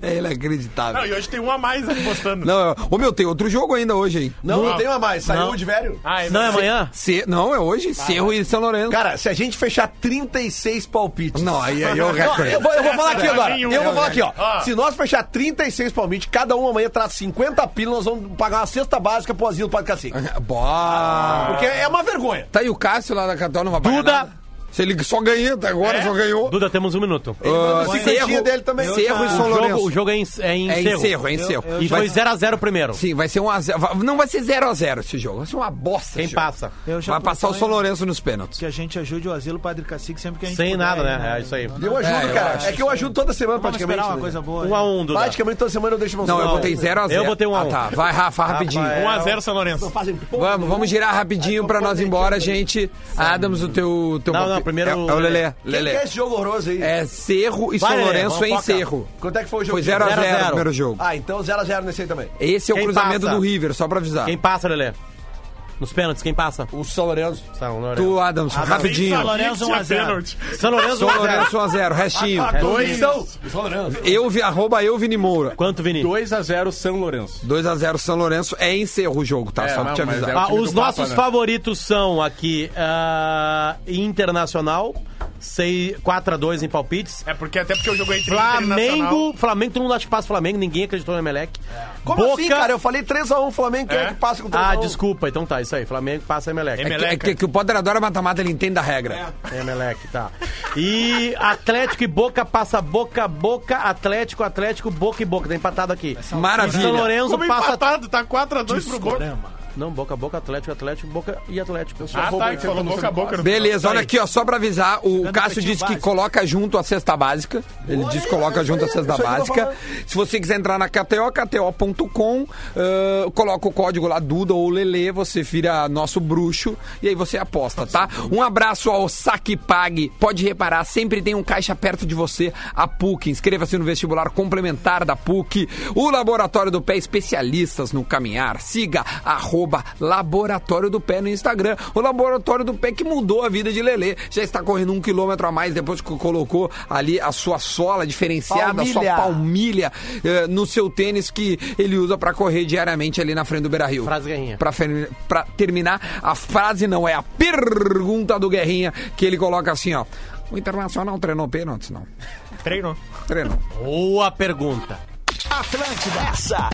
A: é inacreditável.
D: Não, e hoje tem um a mais apostando.
A: Não, ô meu, tem outro jogo ainda hoje, hein?
C: Não, não
D: Não.
C: tem uma mais, saiu
B: Não.
C: o de velho.
D: Ah, é
B: Não é
D: verdade.
B: amanhã?
A: Se, não, é hoje. Cerro e São Lourenço.
C: Cara, se a gente fechar 36 palpites.
A: Não, aí, aí é o
C: Não,
A: recorde.
C: eu, vou, eu vou falar aqui agora.
D: Nenhum,
C: Eu vou
D: né,
C: falar aqui, ó.
D: velho?
A: Ah.
D: Ó.
C: Se nós fechar 36 palmites, cada um amanhã traz 50 pila, nós vamos pagar uma cesta básica pro asilo Padre Cacique.
A: Bora.
C: Porque é uma vergonha.
A: Tá aí o Cássio lá da Católica, não vai pagar
B: Duda.
A: nada. Se ele só ganhou até agora, só ganhou.
B: Duda, temos um minuto.
C: Ele manda
A: Ah,
C: o cinquentinha dele também.
A: Cerro e São
B: O jogo,
A: Lourenço.
B: o jogo é em, é em
A: É
B: Cerro.
A: encerro, é encerro.
B: E
A: Vai-
B: foi 0x0 o primeiro.
A: Sim, vai ser um a zero. vai- Não vai ser 0 a 0 esse jogo. Vai ser uma bosta.
B: Quem
A: esse jogo.
B: passa?
F: Eu já
A: Vai passar o
F: proponho
A: São Lourenço nos pênaltis.
F: Que a gente ajude o Asilo Padre Cacique sempre que a gente
B: Sem
F: puder,
B: nada, né? É isso aí.
C: Eu ajudo,
A: É, eu
C: cara.
A: acho
C: é que eu ajudo toda semana
F: Vamos
C: praticamente.
F: esperar uma
C: né?
F: coisa boa.
B: 1 a 1 Duda.
C: Praticamente toda semana eu deixo uma
A: Não, eu botei 0x0.
B: Eu botei um a
A: Ah,
B: um.
A: tá. Vai, Rafa, rapidinho.
D: 1x0 São Lourenço.
C: Fazem porra
A: Vamos, vamos girar
C: então
A: rapidinho pra
C: é
A: nós ir embora, gente. Adams, o teu... teu
B: Não,
A: palpite-
B: não, primeiro
A: É, é o
B: o
A: Lelê.
C: Quem que
A: Lelê.
C: é esse jogo horroroso aí?
A: É Cerro e
B: Vai,
A: São
B: Lelê,
A: Lourenço
B: vamos
A: em
B: focar.
A: Cerro.
C: Quanto é que foi o jogo?
A: Foi 0x0
B: Zero a
A: o
B: zero.
A: primeiro jogo.
C: Ah, então 0x0 nesse aí também.
A: Esse é o
B: Quem
A: cruzamento
B: passa?
A: do River, só pra avisar.
B: Quem passa, Lelê? Nos pênaltis, quem passa?
C: O São Lourenço.
B: São Lourenço.
A: Tu, Adams,
B: tá.
A: rapidinho.
F: São
B: um
F: Lourenço 1 né? a 0.
B: São Lourenço,
A: São
B: 1 a 0.
A: Lourenço 1x0, restinho.
C: Dois.
D: um.
C: São.
A: Eu, vi- arroba eu, Vini Moura.
B: Quanto, Vini?
J: 2 a 0 São Lourenço.
A: 2x0 São Lourenço é encerro o jogo, tá?
J: É,
A: Só pra
J: não,
A: te
J: mas
A: avisar.
J: é o
B: Ah,
J: time
B: os
J: do Papa,
B: nossos
J: né?
B: favoritos são aqui ah, Internacional, 4x2 em palpites.
D: É porque até porque eu joguei entre Internacional.
B: Flamengo, Flamengo, todo mundo acha que passa o Flamengo, ninguém acreditou no Emelec.
C: Como assim, cara? Eu falei 3x1 Flamengo, quem é, que passa com 3x1?
B: Ah, desculpa, então tá, isso aí, Flamengo passa Emelec.
A: É que, é
D: Meleca.
A: que- que o Potter adora mata-mata, ele entende a regra.
B: Emelec, É, tá. E Atlético e Boca passa Boca, Boca, Atlético, Atlético, Boca e Boca, tá empatado aqui.
A: Maravilha.
B: São Lourenço
D: Como
B: passa...
D: empatado, tá 4x2 pro Boca.
B: Não, Boca, Boca, Atlético, Atlético, Boca e Atlético.
D: Ah, tá, que falou boca a boca. no
A: Beleza,
B: Tá
A: olha aqui, ó, só pra avisar, o Cássio
F: Pretinho
A: disse que
F: Básico.
A: coloca junto a cesta básica. Ele disse que coloca junto a cesta
C: isso aí que eu tô
B: tá
A: básica. Se você quiser entrar na KTO, KTO.com, ah, coloca o código lá, Duda ou Lele, você vira nosso bruxo e aí você aposta, tá? Um abraço ao Saque Pague. Pode reparar, sempre tem um caixa perto de você, a PUC. Inscreva-se no vestibular complementar da PUC. O Laboratório do Pé, especialistas no caminhar. Siga arroba Laboratório do Pé no Instagram. O Laboratório do Pé que mudou a vida de Lelê. Já está correndo um quilômetro a mais depois que colocou ali a sua sola diferenciada, a sua palmilha
C: Palmilha.
A: eh, no seu tênis que ele usa para correr diariamente ali na frente do Beira Rio.
B: Frase Guerrinha.
A: Pra, fer- pra terminar, a frase não é a pergunta do Guerrinha que ele coloca assim, ó. O Internacional treinou pênaltis, não.
D: Treino.
A: Treinou.
B: Boa pergunta.
I: Atlântida. Essa